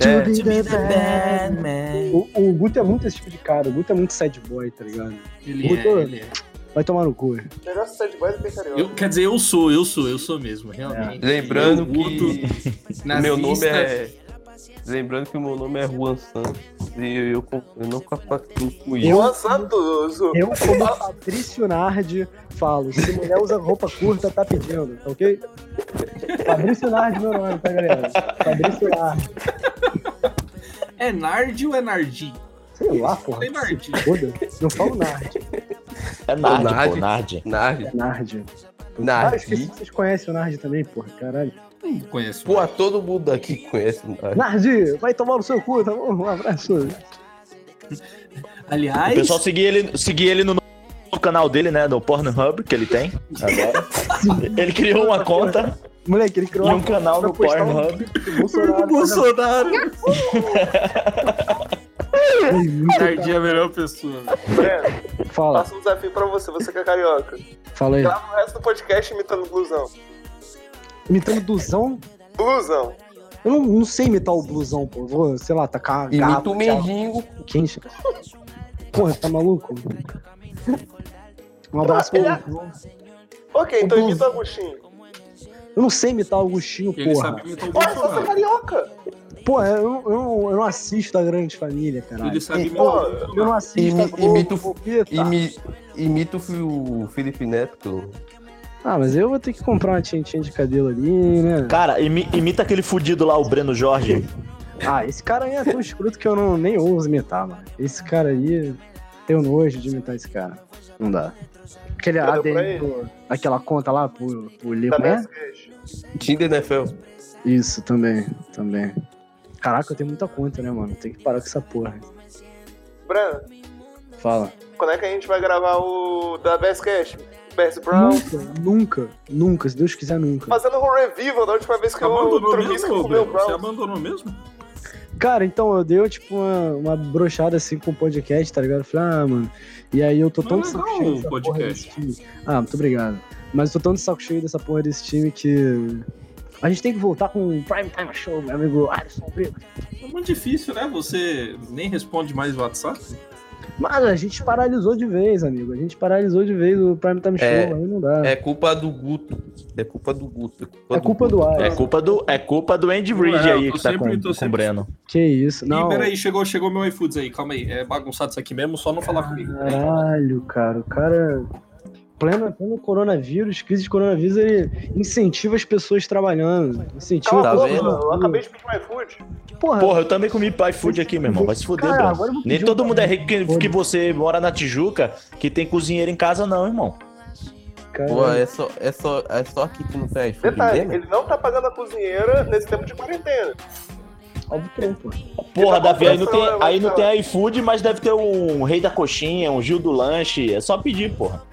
to É. be the bad man. O, o Guto é muito esse tipo de cara, o Guto é muito sad boy, tá ligado? Ele Guto- é, ele é. Vai tomar no cu. Melhor sad boy do que carioca. Eu, quer dizer, eu sou, eu sou, eu sou mesmo, realmente. É. Lembrando Eu, Guto, que nazista, meu nome é... Lembrando que o meu nome é Juan Santos e eu, eu, eu nunca faço com isso. Eu- Juan Santos. o- Eu, como Patrício Nardi, falo: se mulher usa roupa curta, tá pedindo, tá ok? Patrício Nardi, meu nome, tá, galera? Patrício Nardi. É Nardi ou é Nardi? Sei lá, Eu porra. falei Nardi. Foda. Não falo Nardi, É Nard, Nard. pô, Nard. Nardi. é Nardi. Ah, eu esqueci Nardi. que vocês conhecem o Nardi também, porra, caralho. Não conheço. Pô, todo mundo aqui conhece o Nardi. Nardi, vai tomar no seu cu, tá bom? Um abraço. O É Aliás, pessoal seguia ele, seguia ele no no canal dele, né? No Pornhub que ele tem. Agora. ele criou uma conta Moleque, ele e criou um canal pra no postar um Pornhub. vídeo do Bolsonaro. Bolsonaro. Nardi Nardi. é a melhor pessoa. velho. Breno, né? Fala, faço um desafio pra você, você que é carioca. fala aí. Grava o resto do podcast imitando blusão. Imitando o blusão? Blusão. Eu não, não sei imitar o blusão, pô. Eu Vou, sei lá, tacar Imita o sei lá, mendigo. quente. Porra, tá maluco? Um abraço pro... é- Ok, então Blusão. imita o Agostinho. Eu não sei imitar o Agostinho, Ele porra. sabe imitar o Olha só, você é Bolsonaro. carioca. Porra, eu, não- eu, não- eu não assisto a Grande Família, caralho. Ele sabe imitar o Porra, Bolsonaro. Eu não assisto a Imi- imito- Globo, Pita. Imi, imita o, Fi- o Felipe Neto. pô. Ah, mas eu vou ter que comprar uma tintinha de cabelo ali, né? Cara, imi- imita aquele fudido lá, o Breno Jorge. Ah, esse cara aí é tão escroto que eu não, nem ouso imitar, mano. Esse cara aí, tenho nojo de imitar esse cara. Não dá. Aquele Cadê pra ADN, ele? do- aquela conta lá pro, pro Leo, Da né? Netscape. Tinder, né, Fel? Isso, também, também. Caraca, eu tenho muita conta, né, mano? Tem que parar com essa porra. Breno, Fala. quando é que a gente vai gravar o da Best Cash? Best Brown? Nunca, nunca, nunca, se Deus quiser, nunca. Fazendo um revival da última vez que Você eu abandonou Trubisky mesmo, comeu Bruno? o Você Brown. abandonou mesmo? Cara, então eu dei tipo uma, uma brochada assim com o podcast, tá ligado? Eu Falei, ah, mano. E aí eu tô tão Mas de legal saco cheio o dessa porra desse podcast. time. Ah, muito obrigado. Mas eu tô tão de saco cheio dessa porra desse time que. A gente tem que voltar com o Prime Time Show, meu amigo Alisson Brito. É muito difícil, né? Você nem responde mais o WhatsApp. Mas a gente paralisou de vez, amigo. A gente paralisou de vez o Prime Time Show, É, aí não dá. É, É culpa do Guto. É culpa do Guto. É culpa, culpa Guto. do Alisson. É culpa do, é culpa do Andy Reid Ué, aí eu que tá sempre- com, eu com o sempre- Breno. Que isso, Ih, não. peraí, chegou, chegou meu iFoods aí, calma aí. É bagunçado isso aqui mesmo, só não falar comigo. Caralho, cara, o cara. Pleno, pleno coronavírus, crise de coronavírus, ele incentiva as pessoas trabalhando. Incentiva Tá Cala a boca, vendo? mano, Eu acabei de pedir um iFood. Porra, Porra, eu também comi pai food aqui, meu irmão. Vai se fuder, Cara, Breno. agora eu vou Nem pedir todo um mundo é rico que, Food. que você mora na Tijuca, que tem cozinheiro em casa, não, irmão. cara. Pô, é só, é só, é só aqui que não tem iFood Detalhe, né? mesmo? ele não tá pagando a cozinheira nesse tempo de quarentena. Óbvio que não, pô. tá Porra, Davi, aí não tem, comprando, aí não vai, tem iFood, mas deve ter um Rei da Coxinha, um Gil do Lanche. É só pedir, porra.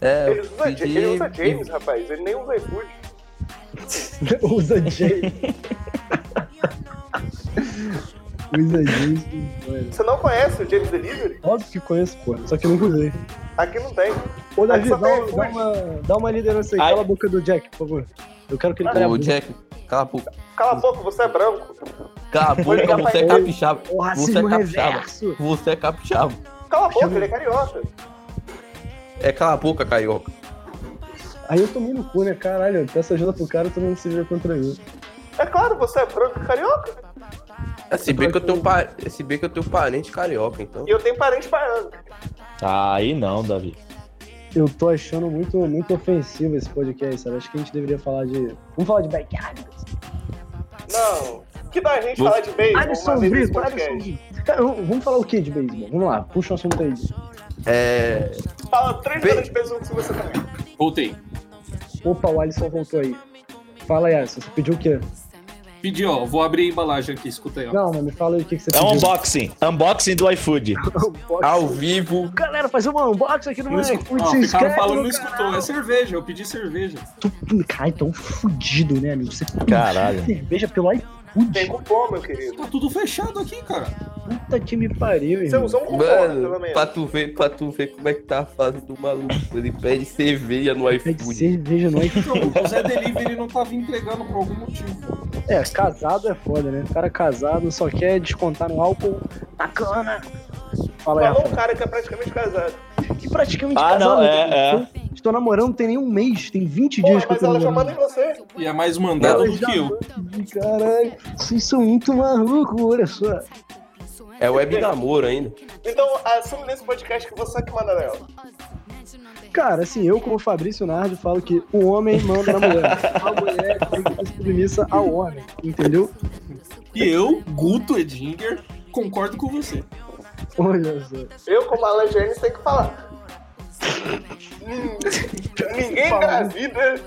É, Ele usa, pedi- ele usa James, rapaz. Ele nem usa iFood. Usa James. Usa James. mano. Você não conhece o James Delivery? Óbvio que conheço, pô. Só que eu nunca usei. Aqui não tem. Ô, Davi, Mas dá, só tem dá uma, dá uma liderança aí. Ai. Cala a boca do Jack, por favor. Eu quero que ele cale a Ô, boca. Jack, cala a boca. Cala a boca, você é branco. Cala a boca, ligar pra você é ele. capixaba. O Você racismo é capixaba. reverso. Você é capixaba. Cala a boca, ele é carioca. É cala a boca, carioca. Aí eu tomei no cu, né? Caralho, eu peço ajuda pro cara, todo mundo se vira contra mim. É claro, você é branco e carioca. É Se bem que eu tenho, pa... Se bem que eu tenho parente carioca, então. E eu tenho parente parando. Aí não, Davi. Eu tô achando muito, muito ofensivo esse podcast, sabe? Acho que a gente deveria falar de. Vamos falar de backyard. Não. Que dá a gente Você- falar de beisebol Alisson uma vez nesse Brito, podcast? Alisson Brito. Cara, vamos falar o que de beisebol? Vamos lá, puxa um assunto aí. É. Fala três Be- vezes de beisebol que você tá- também. Voltei. Opa, o Alisson voltou aí. Fala aí, Alisson, você pediu o quê? Pedi, ó, vou abrir a embalagem aqui, escuta aí, ó. Não, mas me fala aí o que, que você É um pediu. unboxing. Unboxing do iFood. Ao vivo. Galera, faz um unboxing aqui no Não, meu escu- iFood, Ó, se ficaram inscreve falando, no não escutou. É cerveja, eu pedi cerveja. Tu- Cara, então fudido, né, amigo? Você pediu Caralho. cerveja pelo Tem iFood. cupom, meu querido. Tá tudo fechado aqui, cara. Puta que me pariu, Você irmão. usou um cupom, pelo Mano, menos. pra tu, ver, pra tu ver como é que tá a fase do maluco. Ele pede cerveja no Pede iFood. cerveja no iFood. Então, o Zé Delivery não tava entregando por algum motivo. É, casado é foda, né? O cara casado só quer descontar no álcool. Bacana. Fala aí, Falou um Rafa. cara que é praticamente casado. Que praticamente Ah, casado. não, é, né? Estou namorando tem nem um mês, tem 20 dias Porra, que eu mas tô ela já namorando. manda em você. E é mais mandado Ela do já que eu. manda, Caralho, vocês são muito malucos, olha só. É web namoro ainda. Então, assume nesse podcast que você é que manda nela. Cara, assim, eu como Fabrício Nardi falo que o homem manda na mulher. A mulher tem que ser submissa ao homem, entendeu? E eu, Guto Edinger, concordo com você. Olha só. Eu, como Alan Jennings, tenho que falar. Hum, Ninguém engravida.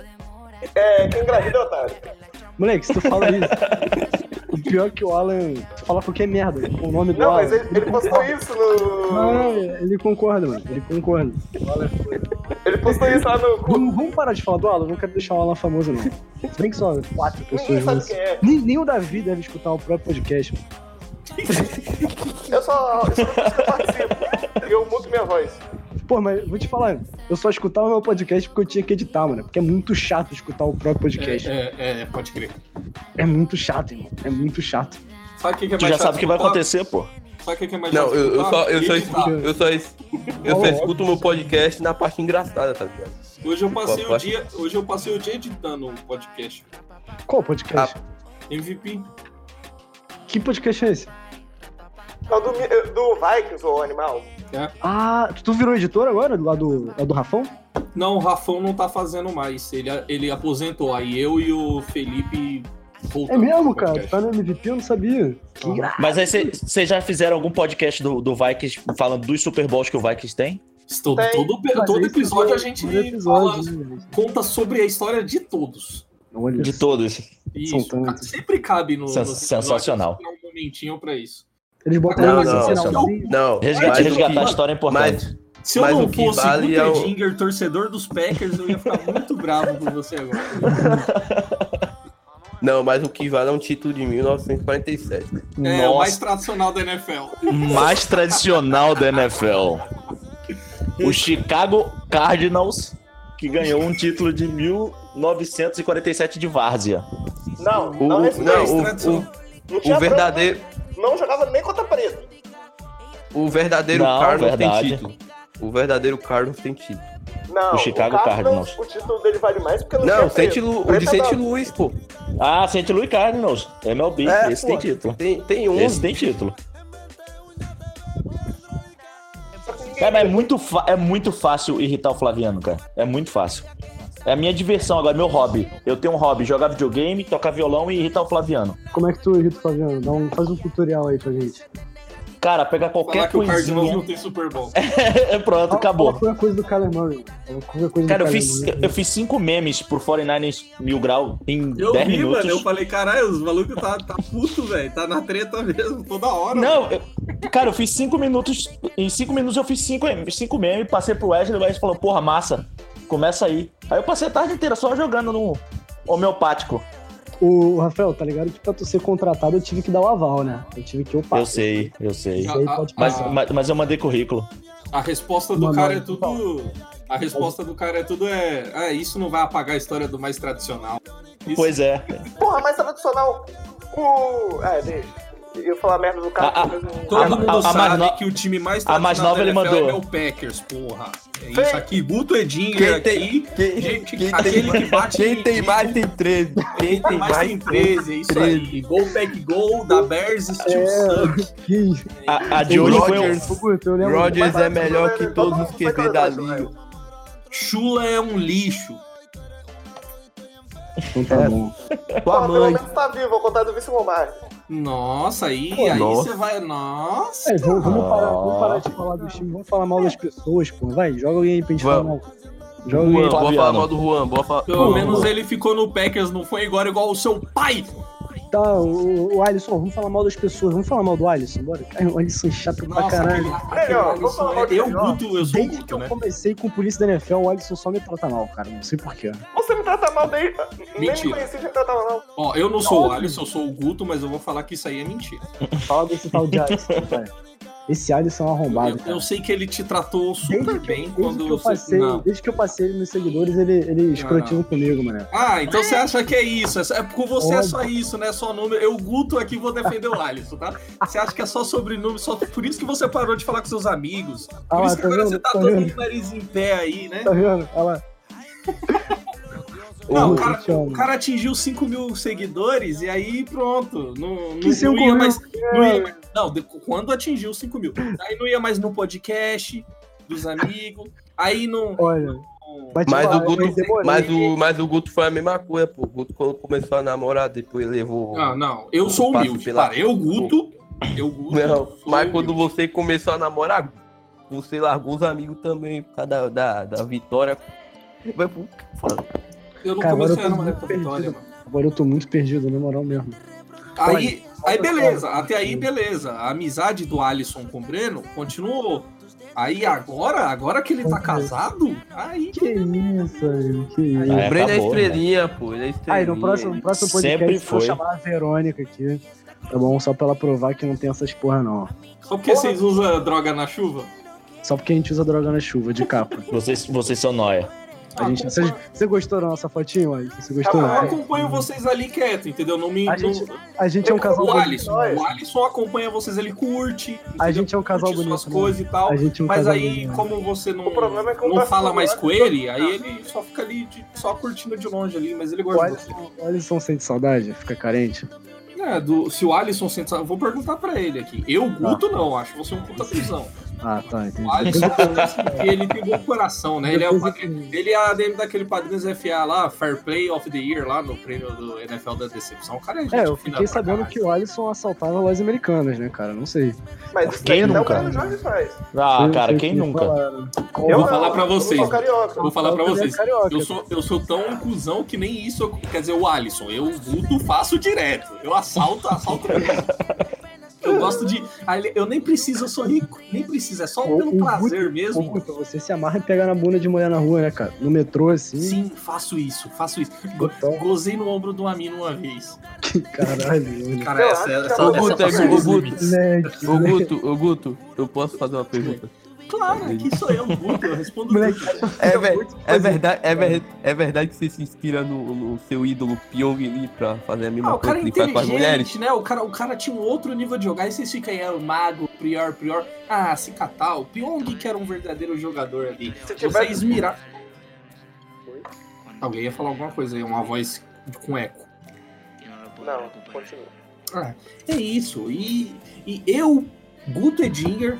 É, quem engravida é otário. Moleque, se tu fala isso. O pior é que o Alan. Tu fala qualquer merda. né? O nome do Não, Alan. mas ele, ele postou isso no. Não, Ah, ele concorda, mano. Ele concorda. Ele postou isso lá no. Vamos, vamos parar de falar do Alan, eu não quero deixar o Alan famoso, não. Se bem que só quatro Ninguém pessoas. sabe vão- quem é. Nem, nem o Davi deve escutar o próprio podcast. mano. Eu só. Eu só não sei se eu participo. Eu mudo minha voz. Pô, mas vou te falar, eu só escutava o meu podcast porque eu tinha que editar, mano. Porque é muito chato escutar o próprio podcast. É, É, é, é, pode crer. muito chato, irmão. É muito chato. Sabe o que, que é mais Tu já chato sabe o que vai escutar? acontecer, pô. Sabe o que, que é mais Não, chato eu, eu escutar? só, eu só Editar. escuto, eu só, es- eu só escuto meu podcast na parte engraçada, tá ligado? Hoje eu passei Pô, o pode- dia, hoje eu passei o dia editando um podcast. Qual podcast? MVP. Que podcast é esse? É o do, mi- do Vikings, ou animal. Ah, tu- tu virou editor agora, lá do, lá do Rafão? Não, o Rafão não tá fazendo mais. Ele, ele aposentou. Aí eu e o Felipe É voltamos. pro mesmo, cara? Tu podcast. tá no MVP, eu não sabia. Que engraçado. Mas aí vocês já fizeram algum podcast do, do Vikings falando dos Super Bowls que o Vikings tem? Estou- Tem. todo pe- todo episódio né? é a gente fala, conta sobre a história de todos. Olha De todos. São Isso. tantos. Sempre cabe no. Sen- no- sensacional. Tirar Um momentinho pra isso. Eles assim, Não, botaram não, esse não. sinalzinho. Não, Resgatar, mas o resgatar a que- história é importante. Mas, Se eu Mas não o que fosse vale Guter é o- Dinger, torcedor dos Packers, eu ia ficar muito bravo com você agora. não, mas o que vale é um título de 1947. É o mais Nossa, tradicional da NFL. mais... tradicional da NFL. O Chicago Cardinals, que ganhou um título de 1947 de Várzea. Não, O, não não, o, é isso não. não, o, tradicional. o, o verdadeiro, Não jogava nem contra preto. o verdadeiro Não, Carlos verdade. tem título. O verdadeiro Carlos tem título. Não, O Chicago Cardinals, Cardinals. O título dele vale mais porque não, Não, tinha preto. Saint Lu, o Preto de é Saint branco. Louis, pô. Ah, St. Louis Cardinals, MLB, É, esse pô, tem título. Tem, tem Esse 11. tem título. Só que ninguém- Cara, mas é muito, fa- é muito fácil irritar o Flaviano, cara. É muito fácil. É a minha diversão agora, meu hobby. Eu tenho um hobby, jogar videogame, tocar violão e irritar o Flaviano. Como é que tu irrita o Fabiano? Dá um, faz um tutorial aí pra gente. Cara, pegar Falar qualquer que o Cardinals coisinha. não tem Super Bowl. É, pronto, Qual acabou. foi a coisa do Kyler Murray? Fala Qualquer coisa Cara, do eu Kyler fiz, Murray. eu fiz cinco memes pro 49ers Mil Grau em Eu 10 vi, minutos. mano. Eu falei, caralho, os malucos tá, tá puto, velho. Tá na treta mesmo, toda hora. Não, eu- cara, eu fiz cinco minutos. Em cinco minutos eu fiz cinco, cinco memes, passei pro Wesley, o Wesley falou, porra, massa, começa aí. Aí eu passei a tarde inteira só jogando no homeopático. O o Rafael, tá ligado que pra tu ser contratado eu tive que dar o aval, né? Eu tive que opar. Eu sei, eu sei. Isso aí pode Mas, passar. mas, mas eu mandei currículo. A resposta do Mano, cara é então. tudo. A resposta do cara é tudo é. Ah, isso não vai apagar a história do mais tradicional. Isso. Pois é. Porra, mas tradicional. O. Ah, deixa. Eu ia falar merda do cara. Ah, ah, mas não- Todo A- mundo a- a sabe mais no- que o time mais a mais tradicional nova ele da NFL mandou. É o Packers, porra. É Quem- isso aqui. Guto Edinger Quem aqui. tem, quem, gente, quem aquele tem, que bate quem em- tem mais tem 13. Quem tem mais tem 13, é isso aí. Gol, pack, gol, da Bears, Steel É, Suck. Que isso, A, a de hoje foi um, Rodgers, Pô, eu lembro. Rodgers é melhor que Todo todos mundo os foi QB da contratado, liga. Chula é um lixo. Então tá bom. Tua Pelo mãe. menos tá vivo, vou contar do vice Romário. Nossa, aí, Pô, aí nossa. você vai. Nossa! É, vamos, vamos Ah. parar, vamos parar de falar do time, vamos falar mal das pessoas, pô. Vai, joga alguém aí pra gente Vamos. falar mal. Joga alguém Juan, aí pra... bora Flaviano. falar mal do Juan, bora falar. Pelo Juan, menos Juan. ele ficou no Packers, não foi agora igual o seu pai! Tá, o, o Alisson, vamos falar mal das pessoas, vamos falar mal do Alisson, bora. Cara, o Alisson é chato pra Nossa, caralho. aquele, Melhor, aquele vamos falar mal é, de eu, melhor. Guto, eu sou o Desde que Guto, eu né? comecei com polícia da NFL, o Alisson só me trata mal, cara. Não sei porquê. Você me trata mal desde. Nem me Mentira. conheci já tratava mal. Ó, eu não sou o Alisson, eu sou o Guto, mas eu vou falar que isso aí é mentira. Fala desse tal de Alisson, cara. Esse Alisson é um arrombado, Eu, cara. eu sei que ele te tratou super bem Desde quando que, eu passei, Não. desde que eu passei nos seguidores, ele, ele escrotismo comigo, mano. Ah, então você acha que é isso? é só- É porque você é Óbvio. só isso, né? Só número. Eu, Guto, aqui vou defender o Alisson, tá? Você acha que é só sobrenome, só por isso que você parou de falar com seus amigos. Por Ah, lá, isso que tá agora vendo? você tá Tá todo vendo? mundo nariz em pé aí, né? Tá vendo? Olha lá. Não, Ô, o cara, eu te amo. o cara atingiu 5 mil seguidores e aí pronto. Não, não, Que 5 não ia mil? mais. Não, ia mais- não, de- quando atingiu 5 mil. Aí não ia mais no podcast dos amigos. Aí não. Olha, bate Mas lá, o Guto- eu demorei. Mas o, mas o Guto foi a mesma coisa, pô. O Guto quando começou a namorar, depois levou. Não, não. Eu sou humilde. Pela- Cara, eu Guto. Eu Guto. Não, sou mas humilde. quando você começou a namorar, você largou os amigos também por causa da, da, da vitória. Vai pro- fala. Eu não Cara, agora comecei eu a tô namorar com a perdido. Vitória, mano. Agora eu tô muito perdido, na moral mesmo. Aí, aí beleza, até aí beleza. A amizade do Alisson com o Breno continuou. Aí agora, agora que ele tá casado, aí Que isso, velho. Que isso. Ah, o Breno acabou, é estrelinha, pô. Ele é estrelinha. Aí, no próximo, no próximo podcast, Sempre eu vou foi. chamar a Verônica aqui. Tá bom? Só pra ela provar que não tem essas porra, não. Só porque vocês usam droga na chuva? Só porque a gente usa droga na chuva, de capa. Vocês, vocês são nóia. A gente, você, você gostou da nossa fotinho, Alisson? Você gostou? Ah, Eu Tá bom. acompanho vocês ali quieto, entendeu? Não me. A não- gente- a gente é um casal O bonito. Alisson, o Alisson acompanha vocês, ele curte. entendeu? gente é um casal curte suas bonito, né? coisas e tal. A gente é um Mas casal aí, bonito. como você não, O problema é que eu não gosto fala do mais Alisson. com ele, aí ele só fica ali, de- só curtindo de longe ali, mas ele O gosta de você. Alisson, o Alisson sente saudade? Fica carente? É, do- se o Alisson sente eu vou perguntar pra ele aqui. Eu, Guto, não, acho você um puta cuzão. Ah, tá, entendi. O Alisson parece que ele tem bom coração, né? Ele é, o padrinho- ele é a ADM daquele Padrinhos FA lá, Fair Play of the Year, lá no prêmio do NFL da Decepção. O cara é gente É, eu fina fiquei pra sabendo caralho. que o Alisson assaltava lojas americanas, né, cara? Não sei. Mas isso Quem daí até o nunca? Bruno Jorge faz. Ah, Eu cara, sei quem que nunca? falaram. Eu vou não, falar pra eu vocês. sou carioca. Vou falar pra Falta vocês. de é carioca. né? Eu sou, eu sou tão cuzão que nem isso. eu- Quer dizer, o Alisson, eu Guto faço direto. Eu assalto, assalto mesmo. Eu gosto de. ali- Eu nem preciso, eu sou rico. Nem precisa, é só O- pelo o prazer Pô, mesmo. puta, você se amarra e pega na bunda de mulher na rua, né, cara? No metrô, assim. Sim, faço isso, faço isso. Go- Então, Gozei no ombro de uma mina uma vez. que caralho. né? olha. Cara, Eu essa, acho que essa, é Ô, uma essa Guto, passou dos ô, Guto, limites. Moleque, ô, Guto, ô, Guto, eu posso fazer uma pergunta? Claro, aqui sou eu, Guto, eu respondo Moleque, tudo. É, ver- é verdade, é, ver- é verdade que você se inspira no, no seu ídolo Pyong Lee pra fazer a mesma Ah, o coisa cara é que ele faz com as mulheres? inteligente, né? O cara, o cara tinha um outro nível de jogar e vocês ficam aí, é, o mago, prior, prior. Ah, se catar, o Pyong que era um verdadeiro jogador ali. Se tiver- Vocês mirar. Alguém ia falar alguma coisa aí, uma voz com eco. Não, continua. Ah, é isso. E, e eu, Guto Edinger,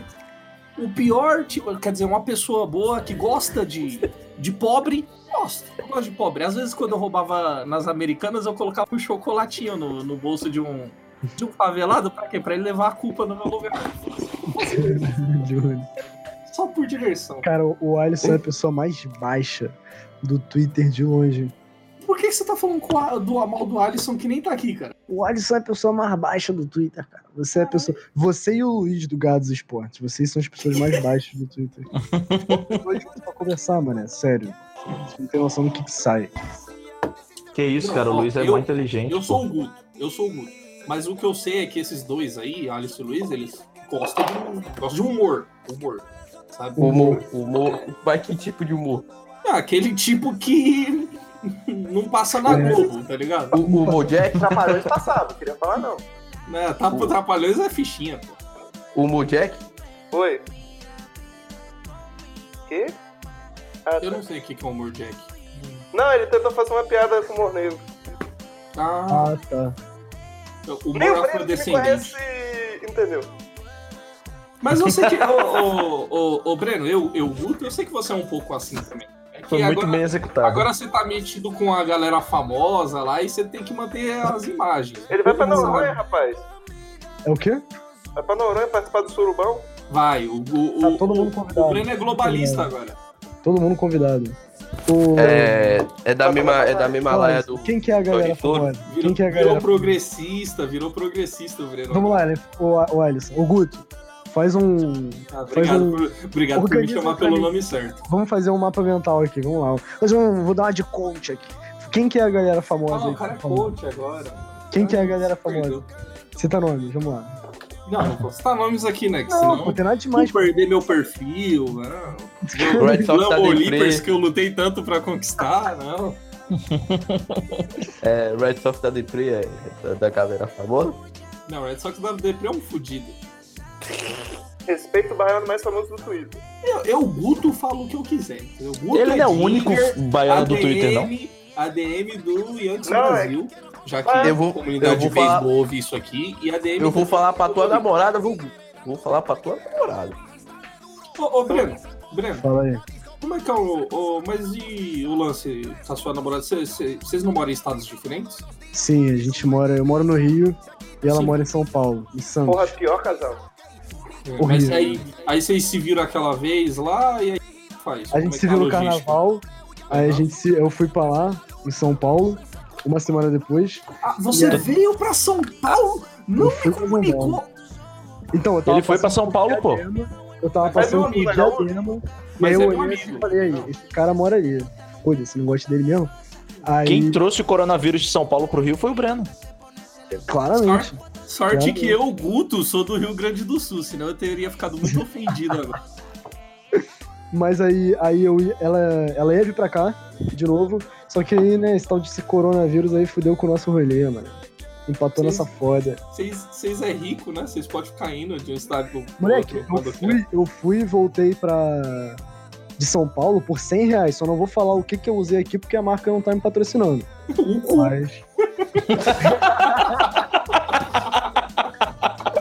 o pior, tipo, quer dizer, uma pessoa boa que gosta de, de pobre, gosta, eu gosto de pobre. Às vezes, quando eu roubava nas americanas, eu colocava um chocolatinho no, no bolso de um, de um favelado, pra quê? Pra ele levar a culpa no meu lugar. Júlio. Só por diversão. Cara, o- o Alisson é a pessoa mais baixa do Twitter de longe. Por que, que você tá falando com a- do mal do Alisson que nem tá aqui, cara? O Alisson é a pessoa mais baixa do Twitter, cara. Você é a pessoa. Você e o Luiz do Gados Esporte. Vocês são as pessoas mais baixas do Twitter. Dois juntos pra conversar, mano. Sério. Você não tem noção do que, que sai. Que isso, cara, o Luiz é Eu- muito inteligente. Eu sou o Guto, eu sou o Guto. Mas o que eu sei é que esses dois aí, Alisson e Luiz, eles gostam de, um, gostam de humor. Humor. Sabe? Humor, humor. Mas que tipo de humor? É aquele tipo que não passa na É. Globo, tá ligado? O, o humor É, Jack? Trapalhões passava, queria falar não. Né, tá pro Trapalhões é fichinha, pô. O humor Jack? Oi. Que? Ah, Eu tá. não sei o que que é o humor Jack. Não, ele tentou fazer uma piada com o Mornego. Ah, Ah, tá. o Nem humor o Breno que me afrodescendente. conhece entendeu. Mas eu sei que. Ô, ô, ô, ô, Breno, eu, eu, Guto, eu sei que você é um pouco assim também. É que Foi muito agora- bem executado. Agora você tá metido com a galera famosa lá e você tem que manter as imagens. Ele vai pra Sabe? Noronha, rapaz. É o quê? Vai pra Noronha participar do Surubão? Vai, o, o, Tá o- todo mundo o convidado. Breno é globalista agora. Todo mundo convidado. O... É, é da mesma, é da mesma laia do. Quem que é a galera Tony Toro. famosa? Quem Virou, que é a virou galera progressista, virou progressista o Breno. Vamos lá, né? O, o Alisson, o Guto, faz um. Ah, obrigado um- por, obrigado por me organiza chamar pra pelo mim. nome certo. Vamos fazer um mapa mental aqui, vamos lá. Mas vamos, vou dar uma de coach aqui. Quem que é a galera famosa? Ah, aí o que cara é tá falando? coach agora. Quem que é a galera Se perdeu. Cita nome, tá vamos lá. Não, não posso citar nomes aqui, né? Que Não, pô, senão tem nada demais. vou perder meu perfil. Não. O Red Sox tá Lambo deprê. Leapers que eu lutei tanto pra conquistar, não. É, Red Sox tá deprê, é, da- da galera famosa. Não, Red Sox da Depre é um fudido. Respeito o baiano mais famoso do Twitter. Eu, eu, Guto, falo o que eu quiser. entendeu? O Guto Ele não é o único digger, baiano do Twitter, não. ADM, ADM do Yankees Não, é- Brasil. Já que Eu vou- a comunidade eu vou de falar- beisebol ouve isso aqui. E ADM Eu vou do- falar pra tua namorada, vou, vou falar pra tua namorada. Ô, ô, Breno, Breno, Fala aí. como é que é o... o- mas e o lance com a sua namorada? Cê- cê- Vocês não moram em estados diferentes? Sim, a gente mora. Eu moro no Rio e ela Sim. mora em São Paulo, em Santos. Porra, pior casal. Mas É. Horrível. aí, aí vocês se viram aquela vez lá e aí faz. a Como é gente que se é viu no logística? carnaval, aí a Aham. gente se, eu fui pra lá, em São Paulo, uma semana depois. Ah, você E aí- veio pra São Paulo? Não Eu fui me pra São comunicou? Então, eu tava Ele foi pra passando São Paulo, pô. Diadema, Eu tava Mas é meu passando por amigo, é meu Diadema, e aí Mas eu é meu olhei assim amigo. e falei, aí, Não. esse cara mora aí. Olha, você não gosta dele mesmo? Aí, Quem trouxe o coronavírus de São Paulo pro Rio foi o Breno. claramente. Sorte Claro. que eu, Guto, sou do Rio Grande do Sul, senão eu teria ficado muito ofendido agora. Mas aí, aí eu, ia- ela, ela ia vir pra cá, de novo. Só que aí, né, esse tal desse coronavírus aí fudeu com o nosso rolê, mano. Empatou Sim. nessa foda. Vocês vocês é rico, né? Vocês podem ficar indo de um estado pro outro. Moleque, quando eu fui, eu fui e voltei pra. De São Paulo por 100 reais. Só não vou falar o que, que eu usei aqui porque a marca não tá me patrocinando. quer. O cu. Mas.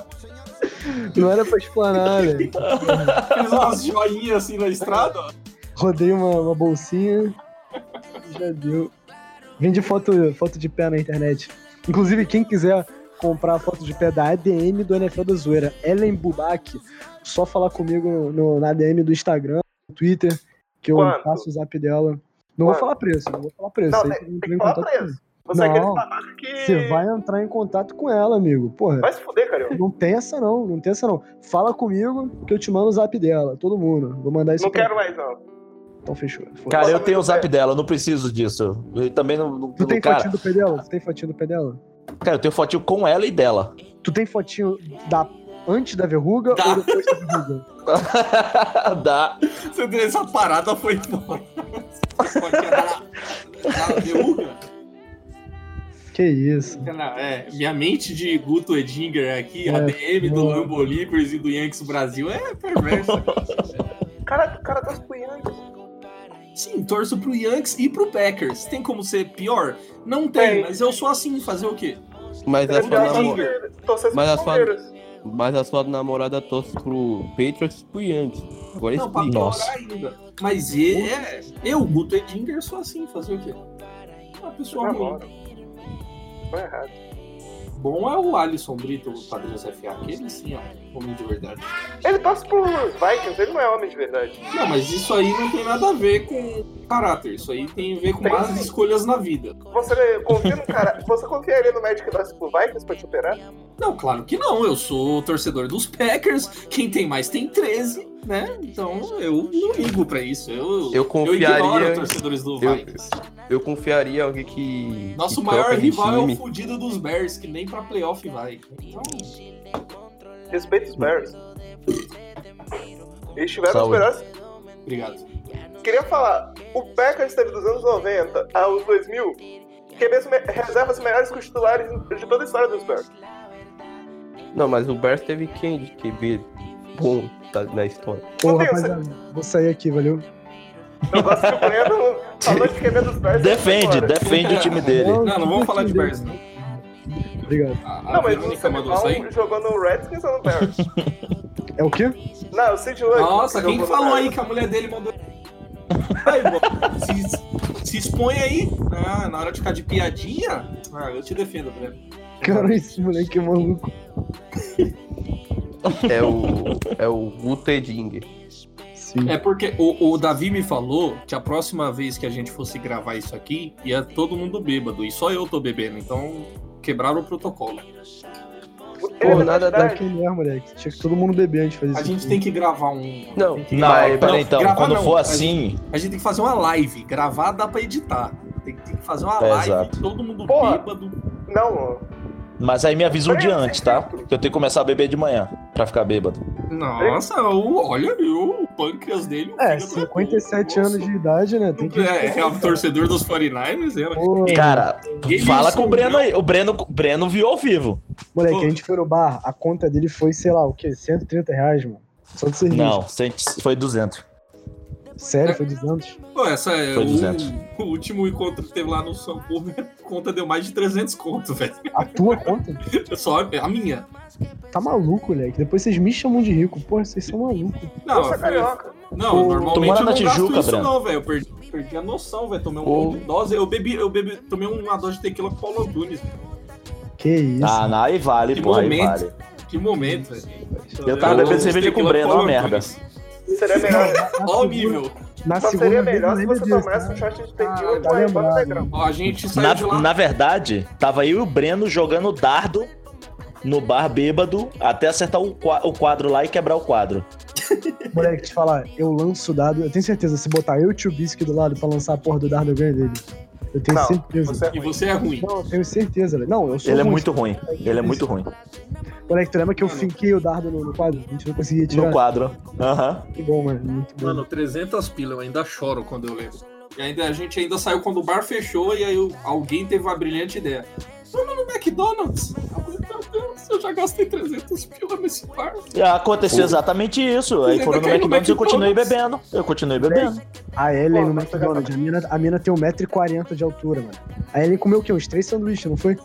não era pra explanar, velho. Fiz umas joinhas assim na estrada, ó. Rodei uma, uma bolsinha. Já deu. Vendi foto, foto de pé na internet. Inclusive, quem quiser comprar a foto de pé da ADM do NFL da Zoeira, Ellen Bubac, só falar comigo no, na ADM do Instagram, no Twitter, que eu Quanto? passo o zap dela. Não vou Quanto? falar preço, não vou falar preço. Não, aí tem- você entra tem em que falar contato preço. comigo. Você é Não. aquele babaca que. Você vai entrar em contato com ela, amigo. Porra. Vai se fuder, carioca. Não tem essa não, não tem essa não. Fala comigo que eu te mando o zap dela, todo mundo. Vou mandar isso Não pra quero mais, não. Então fechou. Foda-se. Cara, eu tenho o zap dela, eu não preciso disso. Eu também não. não- Tu tem cara, fotinho do pé dela? Tu tem fotinho do pé dela? cara, eu tenho fotinho com ela e dela. Tu tem fotinho da antes da verruga Dá. ou depois da verruga? Ah, Dá. Você deu essa parada, foi embora. Só que era- era verruga. Que isso. Era- é, minha mente de Guto Edinger aqui, É, ADM do boa. Lambo Leapers e do Yankees Brasil é perversa. Cara, o cara tá espunhando. Sim, torço pro Yankees e pro Packers. Tem como ser pior? Não tem, Tem. mas eu sou assim, fazer o quê? Mas É a sua, tá namo... Torcer Mas a pro sua- Palmeiras. Mas a sua namorada torce pro Patriots e pro Yankees. Agora Não, pra explica. piorar ainda. Mas e- é, eu, Guto Edinger, sou assim, fazer o quê? Ah, Uma pessoa ruim. Namora. Foi errado. Bom é o Alisson Brito, o Padrinhos FA, aquele sim, ó, homem de verdade. Ele tá torce pro Vikings, ele não é homem de verdade. Não, mas isso aí não tem nada a ver com caráter, isso aí tem a ver com Tem más sim. escolhas na vida. Você confia no cara. Você confiaria no médico que tá torce pro Vikings pra te operar? Não, claro que não, eu sou torcedor dos Packers, quem tem mais tem 13, né? Então eu não ligo pra isso, eu, ignoro Eu confiaria. torcedores do eu- Vikings. Eu confiaria em alguém que. Nosso que maior troca de rival é o time. fudido dos Bears, que nem pra playoff vai. Então, Respeita os Bears. Eles tiveram os Saúde. melhores obrigado. Queria falar, o Packers teve dos anos 90 aos 2000 QBs é me- reservas melhores que os titulares de toda a história dos Bears. Não, mas o Bears teve quem de QB bom tá, na história. Ô, Não tem rapaziada, vou sair aqui, valeu? Eu gosto que o Breno falou de QB dos Bears. e Defende, foi embora. defende o time dele. Não, não vamos falar de Bears, não. Obrigado. A, a Não, mas o Verônica Sam mandou sair. Brown jogou no Redskins ou no Bears? É o quê? Não, o Sid Luck. Nossa, quem jogou no falou aí Bears. é que a mulher dele mandou. Aí, bom, se, se expõe aí. Ah, na hora de ficar de piadinha, ah, eu te defendo, Breno. Cara, esse moleque é maluco. É o. É o Guto Edinger. Sim. É porque o, o Davi me falou que a próxima vez que a gente fosse gravar isso aqui, ia todo mundo bêbado. E só eu tô bebendo, então quebraram o protocolo. É, Pô, na nada verdade, daquele mulher, moleque. Tinha que todo mundo beber antes de fazer A isso. gente tem que gravar um. Não, Não, mas, pera não, aí, então, gravar quando não, for mas- assim, A gente tem que fazer uma live. Gravar dá pra editar. Tem, tem que fazer uma É, live, exato. todo mundo Porra. bêbado. Não, mas aí me avisa um Pera dia aí, antes, tá? sempre. Que eu tenho que começar a beber de manhã, pra ficar bêbado. Nossa, o, olha o, o pâncreas dele. o É, fígado 57 nossa. anos de idade, né? Tem que. É, é o torcedor dos 49ers, era. Pô, Cara, Ele fala sumiu. com o Breno aí. O Breno, o Breno viu ao vivo. moleque, a gente foi no bar, a conta dele foi, sei lá, o quê? 130 reais, mano. Só de serviço. Não, cento- foi 200. Sério, foi 200? Pô, essa é Foi o- 200. O, último encontro que teve lá no Sampur, minha conta deu mais de 300 conto, velho. A tua conta? Só é a minha. Tá maluco, moleque. Depois vocês me chamam de rico. Porra, vocês são malucos. Não, Nossa, foi- carioca. não normalmente mora eu na não Tijuca, gasto isso Breno. não, velho. Eu perdi, perdi a noção, velho. Tomei um Pô. pouco de dose. Eu bebi, eu bebi, tomei uma dose de tequila com o Paulo Antunes. Que isso. Ah, não, aí vale, Que pô, aí momento. vale. Que momento, velho. Eu tava bebendo cerveja com o Breno, uma merda. é Seria melhor. Ó o nível. Na Só segunda seria vez, eu melhor se lembro você disso, tomasse né? um shot de tequila Ah, e tá com a lembrado. Instagram. Ó, a gente saiu Na, de lá. na verdade, tava eu e o Breno jogando dardo no bar bêbado até acertar o qua- o quadro lá e quebrar o quadro. Moleque, te falar, eu lanço o dado. Eu tenho certeza, se botar eu e o Tio Bisque do lado pra lançar a porra do dardo, eu ganho dele. Eu tenho Não, certeza. Você é E ruim. você é ruim. Não, eu tenho certeza, velho. Não, eu sou Ele é ruim. muito ruim. Ele é muito ruim. Moleque, tu lembra que eu finquei o dardo no, no quadro? A gente não conseguia tirar. No quadro. Aham. Muito bom, mano. Muito bom. Mano, 300 pila, eu ainda choro quando eu lembro. Hum. E ainda, a gente ainda saiu quando o bar fechou e aí o- alguém teve uma brilhante ideia. Vamos no McDonald's? Eu falei, Meu Deus, eu já gastei 300 pila nesse bar. E Aconteceu exatamente isso. Aí Você foram no ainda caiu no McDonald's e eu continuei McDonald's. bebendo. Eu continuei bebendo. A Ellen Pô, no mas McDonald's. A mina, a mina tem 1,40m de altura, mano. A Ellen comeu o quê? Uns três sanduíches, não foi?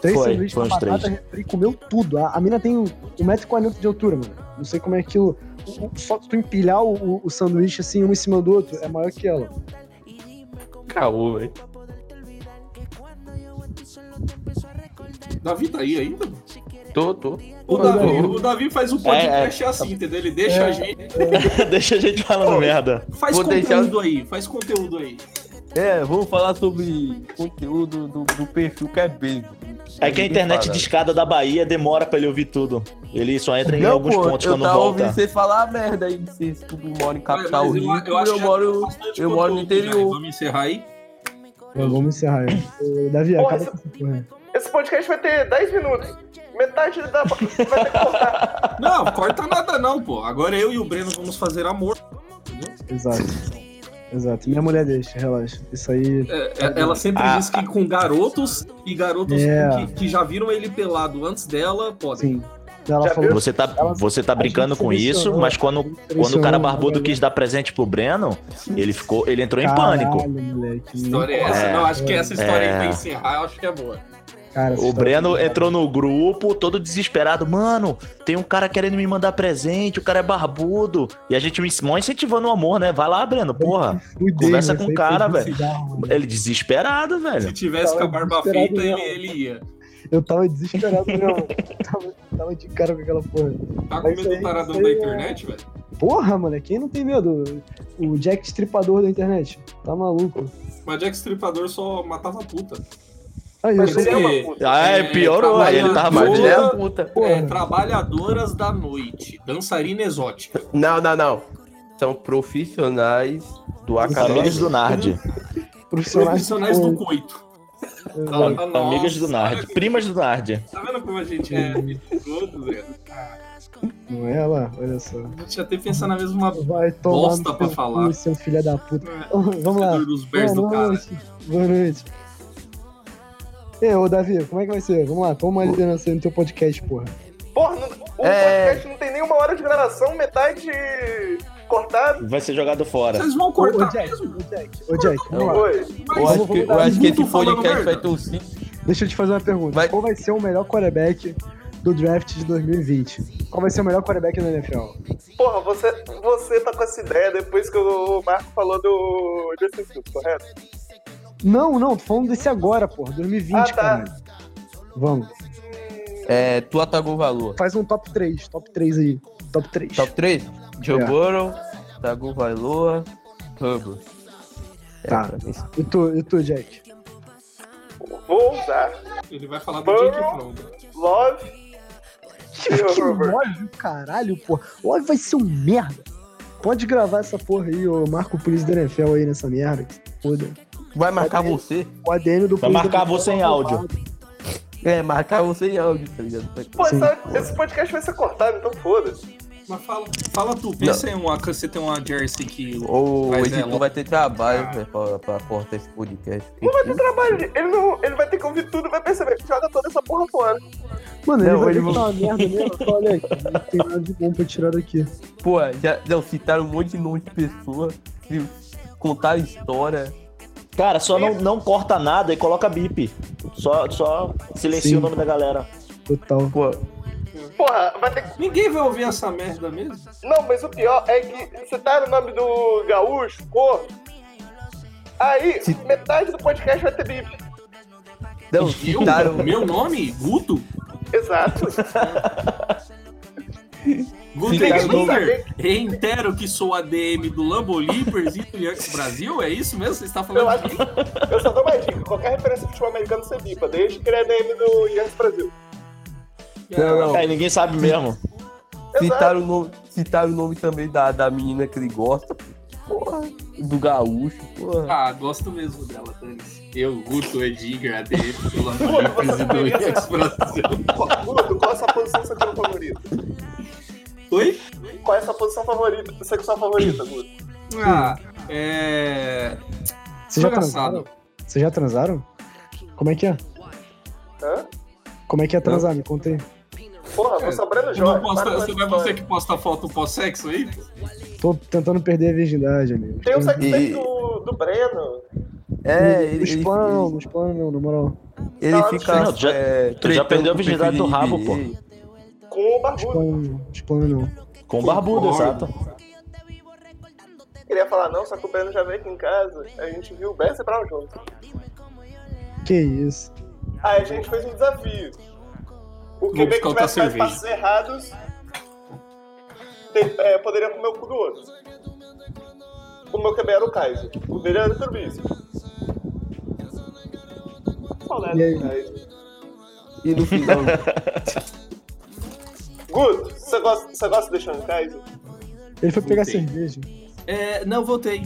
Três Foi, sanduíches foi com uns três. batata, refri, comeu tudo. A, a mina tem 1,40m de altura, mano. Não sei como é aquilo. o- o- Só tu empilhar o, o- o sanduíche assim, um em cima do outro, é maior que ela. Caô, velho. Davi tá aí ainda? Tô, tô. O Davi, o Davi faz um podcast tá É, é. assim, entendeu? Ele deixa a gente. Deixa a gente falando merda. Faz Vou deixar- conteúdo aí, faz conteúdo aí. É, vamos falar sobre conteúdo do, do perfil que é beijo. É que a internet de escada da Bahia demora pra ele ouvir tudo. Ele só entra em Não, alguns pô, pontos eu quando tava volta. ouvindo você falar merda aí, vocês tudo moram em capital Mas rico, eu, é acho que já tem moro... bastante eu moro no conteúdo já, interior. Vamos encerrar aí. Mas vamos encerrar. Ô, Davi, Porra, acaba essa- com essa porra. Esse podcast vai ter 10 minutos. Metade da. Vai ter que cortar. Não, corta nada não, pô. Agora eu e o Breno vamos fazer amor. Exato. Exato. Minha mulher deixa, relaxa. Isso aí. É, é, Ela sempre Ah, diz que com garotos e garotos É. que, que já viram ele pelado antes dela, podem. Sim. assim, Ela Já falou. Você tá, você tá brincando com isso, selecionou. mas quando, quando o né? cara barbudo quis dar presente pro Breno, ele ficou, ele entrou em pânico. né? Caralho, moleque. Que história é essa? É. Não, acho que essa história aí É. pra encerrar, eu acho que é boa. Cara, essa O história- Breno entrou no grupo, todo desesperado. Mano, tem um cara querendo me mandar presente, o cara é barbudo. E a gente me mó incentivando o amor, né? Vai lá, Breno, porra. Fudeu, Conversa isso com o aí cara, foi de velho. cigarro, mano. Ele desesperado, Se velho. tivesse com a barba Tava feita, desesperado ele, ele ia. Eu tava desesperado, meu. tava, tava de cara com aquela porra. Tá com Mas isso medo aí- do taradão isso da aí é- internet, velho? Porra, mano, quem não tem medo? O Jack Stripador da internet. Tá maluco. Mas Jack Stripador só matava a puta. Aí, eu Mas sou... ele é uma que- puta. Ah, é, piorou. Aí ele tava Mas Porra. ele é barbudo. uma puta. É, Porra. trabalhadoras da noite, dançarina exótica. Não, não, não. São profissionais do Amigos acadêmico. do Nard. Profissionais, é, Profissionais do coito. do... Ah, nossa. Amigas do Nard. Primas do Nard. Tá vendo como a gente é todo, velho? Não é lá? Olha só. A gente já tem pensando na mesma Vai tomar Bosta no pra seu falar. cu, seu filho da puta. É, Vamos lá. torcedor dos Bears do cara. Boa noite. Ei, ô Davi, como é que vai ser? Vamos lá, toma uma liderança aí no teu podcast, porra. Porra, não- o É. podcast não tem nenhuma hora de gravação, metade cortada. Vai ser jogado fora. Vocês vão Ô, cortar Jack, mesmo? ô Jack, ô Jack, vamos lá. Oi. Eu acho que, eu acho que esse podcast vai ter um Deixa eu te fazer uma pergunta. Vai. Qual vai ser o melhor quarterback do draft de 2020? Qual vai ser o melhor quarterback da NFL? Porra, você, você tá com essa ideia depois que o Marco falou do Justin Fields, correto? Não, não, tô falando desse agora, porra. 2020, Ah, tá. cara. Vamos. É, tua Tagovailoa. Faz um top 3, top 3 aí. Top 3. Top 3? Joe É. Burrow, Tagovailoa, Hubble. É, Tá. pra mim, E tu, e tu, Jack? Vou usar Ele vai falar do Bom. Jake Fromm. Love e Que Herbert. Love, caralho, porra. Love vai ser um merda. Pode gravar essa porra aí, ô Marco Polícia da NFL aí nessa merda. que se Foda. Vai marcar Cadê? você? O ADN do Vai Polícia marcar da você em NFL áudio. É, marcar você em áudio, tá ligado? Pô, Sim. essa- esse podcast vai ser cortado, então foda-se. Mas fala, fala tu, vê Não. se é uma, se tem uma jersey que... Ou o Mas é editor lo- vai ter trabalho velho, pra, pra cortar esse podcast. Não vai ter trabalho, gente. ele, não, ele vai ter que ouvir tudo e vai perceber. Joga toda essa porra fora. Mano, ele Não, vai ele ter que vai- dar uma merda mesmo. Só olha aí, não tem nada de bom pra tirar daqui. Pô, já não, citaram um monte de nome de pessoa, se- contaram história. Cara, só não, não corta nada e coloca bip. Só, só silencia Sim. o nome da galera. Total. Pô, Porra, vai ter que... Ninguém vai ouvir essa merda mesmo. Não, mas o pior é que citaram o nome do gaúcho, corno. Aí, Se- metade do podcast vai ter bip. não, Eu? citaram. Meu nome? Guto? Exato. Guto Citaram o nome. Slinger? Reitero que sou ADM do Lambo Leapers e do Yankees Brasil? É isso mesmo? Você está Eu falando acho de mim? que. Eu só dou uma dica: qualquer referência de futebol americano você bipa, desde que ele é DM do Yankees Brasil. Não, não. Aí ninguém sabe mesmo. Citaram o nome, citaram o nome também da, da menina que ele gosta. Porra, do gaúcho, porra. Ah, gosto mesmo dela, Tânis. Eu, Guto, Edgar, ADM do Lambo Pô, Leapers você e do deveria Yankees saber. Brasil. Qual- Guto, qual é a sua posição sexual favorita? Oi? Qual é a sua posição favorita, sexual favorita, Guto? Ah, é... Vocês já tá Engraçado. transaram? Vocês já transaram? Como é que é? Hã? Como é que é transar? Me conta aí. Porra, vou sobrando Eu não Jorge. posto- para com você não essa é você história. que posta foto pós-sexo é aí? Tô tentando perder a virgindade, amigo. Tem um o sex E- tape do, do Breno. É, não ele, ele, explana não, não explana não, na moral. ele Não, fica. não, já- é, tretando perdeu a com o virgindade do perfil de rabo, NBA. Com o Não Barbudo. explana não, não explana não. Com barbudo, Concordo. exato. Queria falar não, só que o Breno já veio aqui em casa. A gente viu o Bessa e Brown junto. Que isso. Aí a gente fez um desafio. O que Vou bem buscar que outra tivesse mais cerveja. passos errados te- é, poderia comer o cu do outro. O meu QB era o Kaiser. O dele era o Turbis. Saudade E aí? do é, Kaiser. E no final. Guto, você gosta, você gosta de Sean Kaiser? Ele foi pegar Voltei. cerveja. É, não, voltei.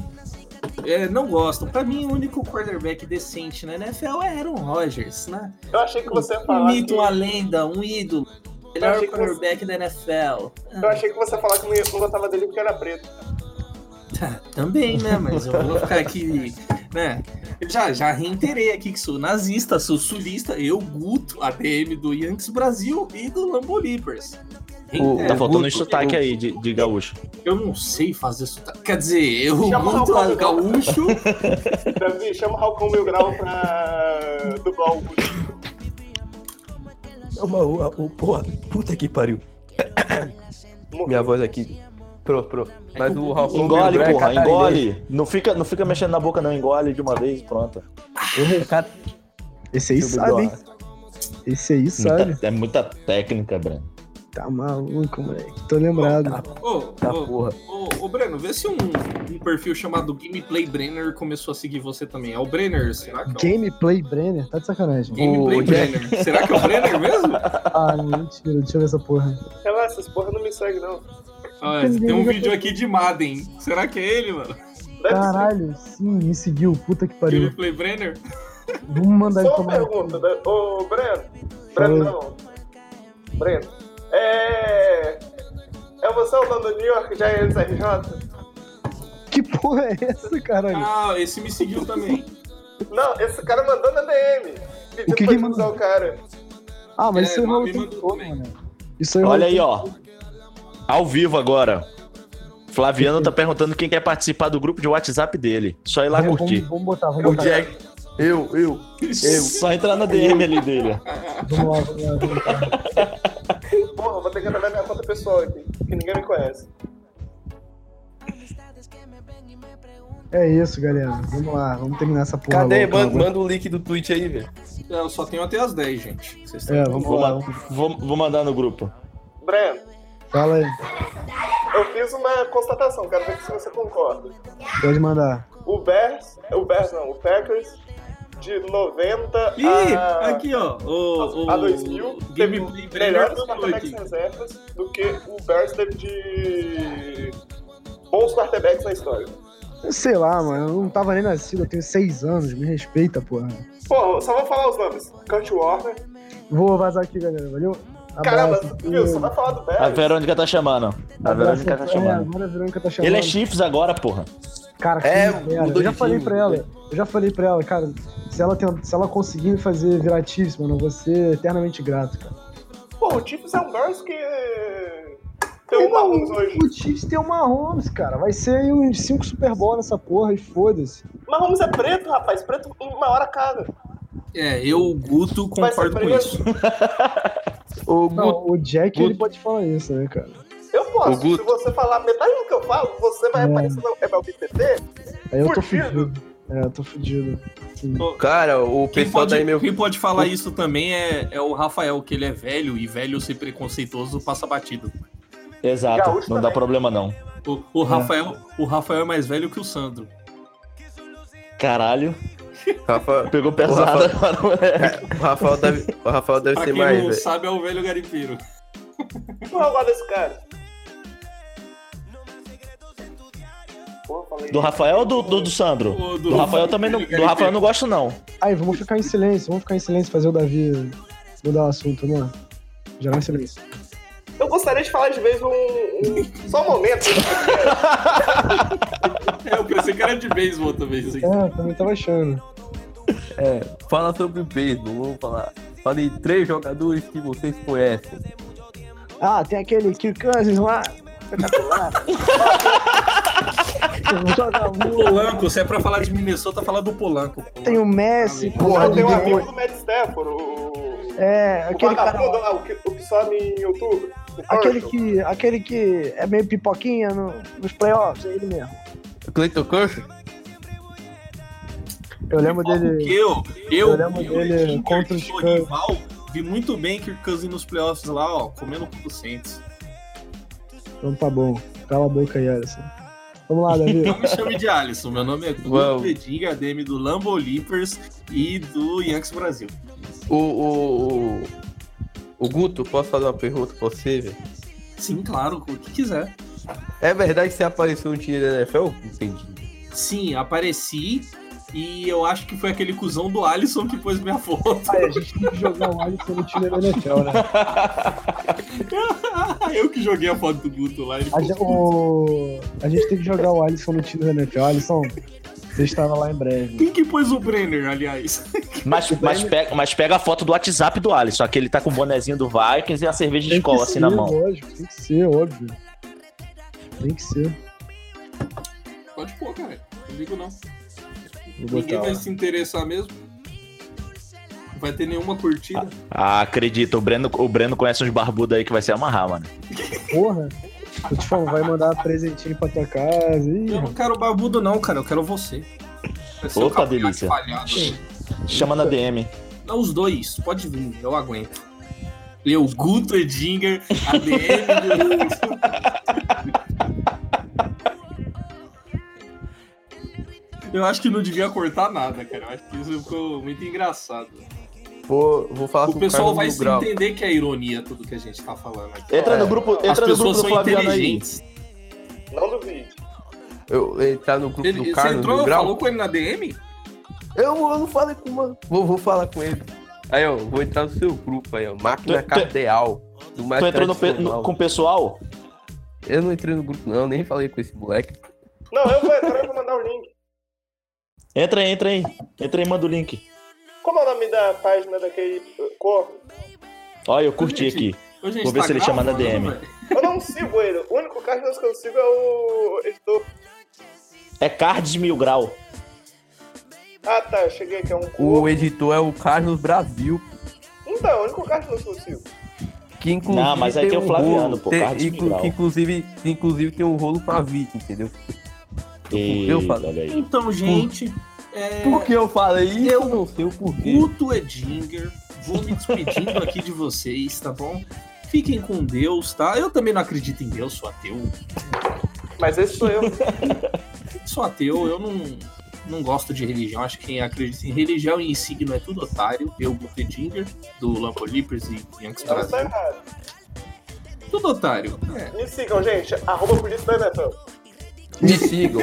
É, não gosto. Pra mim, o único quarterback decente na NFL é Aaron Rodgers, né? Eu achei que você ia Um falar. mito, uma Que, lenda, um ídolo. Eu Melhor achei que você- quarterback da NFL. eu achei que você ia falar que não ia- não gostava dele porque era preto. Tá, também, né? Mas eu vou ficar aqui, né? Eu já, já reiterei aqui que sou nazista, sou sulista, eu, Guto, ADM do Yankees Brasil e do Lambo Leapers. O- Tá Reitero. faltando um Guto, sotaque eu- aí de, de gaúcho. Eu não sei fazer sotaque. Quer dizer, eu, Chama o Guto, Raul. gaúcho, Davi, chama o Halcão Mil Grau pra dublar o Guto. Uma, uma, uma- porra, puta que pariu. Minha voz aqui. Pro, pro. Mas É o Ralfão Engole, Gabriel é porra, catarinense. engole. Não fica, não fica mexendo na boca, não. Engole de uma vez, pronto. Cat- Esse aí sabe, hein? tá. Esse aí sabe. Muita- é muita técnica, Breno. Tá maluco, moleque. Tô lembrado. Ô, Tá ô, porra. ô, ô, Breno, vê se um, um perfil chamado Gameplay Brenner começou a seguir você também. É o Brenner, será que é o... Gameplay Brenner? Tá de sacanagem. Gameplay Ô, Brenner. Será que é o Brenner mesmo? Ah, não, mentira. Deixa eu ver essa porra. Relaxa, essas porra não me segue, não. Ah, tem um vídeo aqui de Madden. Será que é ele, mano? Deve ser. Caralho, sim, me seguiu. Puta que pariu. Gameplay Brenner? Vamos mandar ele Só uma tomar. pergunta, né? ô Breno. Breno não. Breno. É. É você o dono do New York é Giants RJ? Que porra é essa, caralho? Ah, esse me seguiu também. Não, esse cara mandou na DM. Pedindo O que pra que expulsar mandou? tipo o cara. Ah, mas É, isso aí rola o me tempo mandou todo, também. mano. Isso aí rola Olha o aí, tempo ó. Ao vivo agora. Flaviano tá perguntando quem quer participar do grupo de WhatsApp dele. Só ir lá Vamos- curtir. Vamos, vamos botar, vamos O botar. Jack. Eu, eu. Só entrar na DM ali dele. Vamos lá, vamos lá, vamos lá. Porra, eu vou ter que entrar na minha conta pessoal aqui, que ninguém me conhece. É isso, galera. Vamos lá, vamos terminar essa porra. Cadê? logo, Manda, agora. manda o link do tweet aí, velho. Eu só tenho até as 10, gente. Vocês É, estão. vamos Vou, lá. ma- vou- vou mandar no grupo. Breno, Fala aí. eu fiz uma constatação, quero ver se você concorda. Pode mandar. O Bears, o Bears não, o Packers, de 90 Ih, a... aqui ó, o, o a 2000, Ah, teve gameplay melhor melhores do quarterbacks aqui. reservas do que o Bears teve de bons quarterbacks na história. Eu sei lá, mano. Eu não tava nem nascido, eu tenho seis anos. Me respeita, porra. Pô, só vou falar os nomes. Kurt Warner. Vou vazar aqui, galera. Valeu? Abraço, Caramba, viu? valeu. Só vai falar do A Bears. Verônica tá chamando. A Verônica tá Abraço, é, chamando. agora a Verônica tá chamando. Ele é Chiefs agora, porra. Cara, que É, merda. mudou Eu já de falei time, pra ela. Eu já falei pra ela, cara. Se ela, tem, se ela conseguir me fazer virar Chiefs, mano, eu vou ser eternamente grato, cara. Pô, o Chiefs é um Bears que tem um Mahomes hoje. O Chiefs tem o Mahomes, cara. Vai ser aí uns 5 Super Bowl nessa porra e foda-se. Mahomes é preto, rapaz. Preto uma hora cada. É, eu, Guto, Vai ser concordo com preso. isso. Ô, Guto, Não, o Jack, ele Guto. pode falar isso, né, cara? Eu O posso. Guto. Se você falar metade do que eu falo, você vai É. aparecer no MLB PT. Aí eu tô Fudido. fudido. É, eu tô fudido. Sim. cara, o Quem pessoal da pode, MLB. quem pode falar isso também é, é o Rafael, que ele é velho, e velho ser preconceituoso passa batido. Exato. Gaúcho não também. dá problema, não. O, o Rafael, o Rafael é mais velho que o Sandro. Caralho. Rafa, Pegou pesado agora, moleque. o, Rafael deve, o Rafael deve Pra ser quem mais, não velho. sabe, é o velho garimpeiro. Não eu gosto desse cara. Porra, falei. Do Rafael ou do, do, do Sandro? O Do Rafael também não. Do Rafael eu não gosto, não. Aí, vamos ficar em silêncio, vamos ficar em silêncio, fazer o Davi mudar o assunto, né? Gerar em silêncio. Eu gostaria de falar de vez um. um- só um momento. É, eu pensei que era de beisebol também. Assim. É, também tava achando. Fala sobre o beisebol, vamos falar. Falei três jogadores que vocês conhecem. Ah, tem aquele Kirk Cousins lá. espetacular. Joga muito. Polanco, se é pra falar de Minnesota, fala do Polanco. pô. Tem um o Messi, porra. eu tenho um de amigo depois. do Matt Stafford, o. É, o aquele cara vagabundo lá, o que, o que some em outubro. O Aquele Herschel. que, aquele que é meio pipoquinha no- nos playoffs, é ele mesmo. Clayton Kershaw? Eu lembro Fala dele. que Eu, eu, Eu lembro dele Inter, contra que os sou Cubs. rival, vi muito bem que o Cousins nos playoffs lá, ó, comendo com o Saints. Então tá bom. Cala a boca aí, Alisson. Vamos lá, Davi. Não me chame de Alisson, meu nome é Guto Vamos. Pediga, ADM do Lambo Leapers e do Yankees Brasil. O, o, o, o Guto, posso fazer uma pergunta pra você, velho? Sim, claro, o que quiser. É verdade que você apareceu um time da NFL? Entendi. Sim, apareci e eu acho que foi aquele cuzão do Alisson que pôs minha foto. Ai, a gente tem que jogar o Alisson no time da NFL, né? eu que joguei a foto do Guto lá. Ele A gente, o- a gente tem que jogar o Alisson no time da NFL. Alisson, você estava lá em breve. Quem que pôs o Brenner, aliás? Mas, mas, pega, mas pega a foto do WhatsApp do Alisson. Aqui ele tá com o bonezinho do Vikings e a cerveja de Tem que né? escola assim na ser, mão. Lógico, tem que ser, óbvio. Tem que ser. Pode pôr, cara. Não digo não. Vou Ninguém botar vai lá. se interessar mesmo. Não vai ter nenhuma curtida. Ah, acredita, o Breno, o Breno conhece uns barbudos aí que vai se amarrar, mano. Porra. Eu te falo, vai mandar presentinho pra tua casa. Ih, Eu não quero barbudo, não, cara. Eu quero você. Vai ser um Opa, o capiar delícia. falhado. Chama na DM. Não, os dois. Pode vir, eu aguento. Eu, Guto Edinger, ADM. do- Eu acho que não devia cortar nada, cara. Eu acho que isso ficou muito engraçado. Vou, vou falar um com O pessoal Carlos vai Mil Grau. entender que é ironia tudo que a gente tá falando aqui. Entra no É. grupo, As entra no grupo pessoas do são Flaviano aí. inteligentes. Não duvide. Eu entrar no grupo Ele, do você Carlos entrou, Mil Grau? falou com ele na DM? Eu, eu não falei com o mano. Vou, vou falar com ele. Aí, ó, vou entrar no seu grupo aí, ó. Máquina Tu- tu- Cardeal. Do mais Tu entrou no pe- tradicional. no- com o pessoal? Eu não entrei no grupo, não. Nem falei com esse moleque. Não, eu vou entrar e vou mandar o link. Entra aí, entra aí. Entra aí e manda o link. Como é o nome da página daquele eh, corpo? Olha, eu curti Gente. aqui. Hoje a gente tá Vou ver se ele chama na gravando, DM. velho. Eu não sigo ele. O único Cardinals que eu sigo é o editor. É Cards Mil Grau. Ah, tá. Eu cheguei aqui. É um corpo. O editor é o Carlos Brasil. Então, o único Cardinals que eu sigo. Que inclusive. um Não, mas aí tem o Flaviano, rolo, pô, tem- Carlos inclu- Miguel. que inclusive, que inclusive tem um rolo com a Vicky, entendeu? que eu falei? Olha aí. Então, gente, é, Por que eu falei isso? Eu- Eu não sei o porquê. Guto Edinger, vou me despedindo aqui de vocês, tá bom? Fiquem com Deus, tá? Eu também não acredito em Deus, sou ateu. Mas esse sou eu. Sou ateu, eu não, não gosto de religião. Acho que quem acredita em religião e em signo é tudo otário. Eu, Guto Edinger, do Lampo Leapers e Yankees Eu não Brasil. tô Então, tá errado. Tudo otário. É. Me sigam, gente. Arroba polícia da Netão. Me sigam.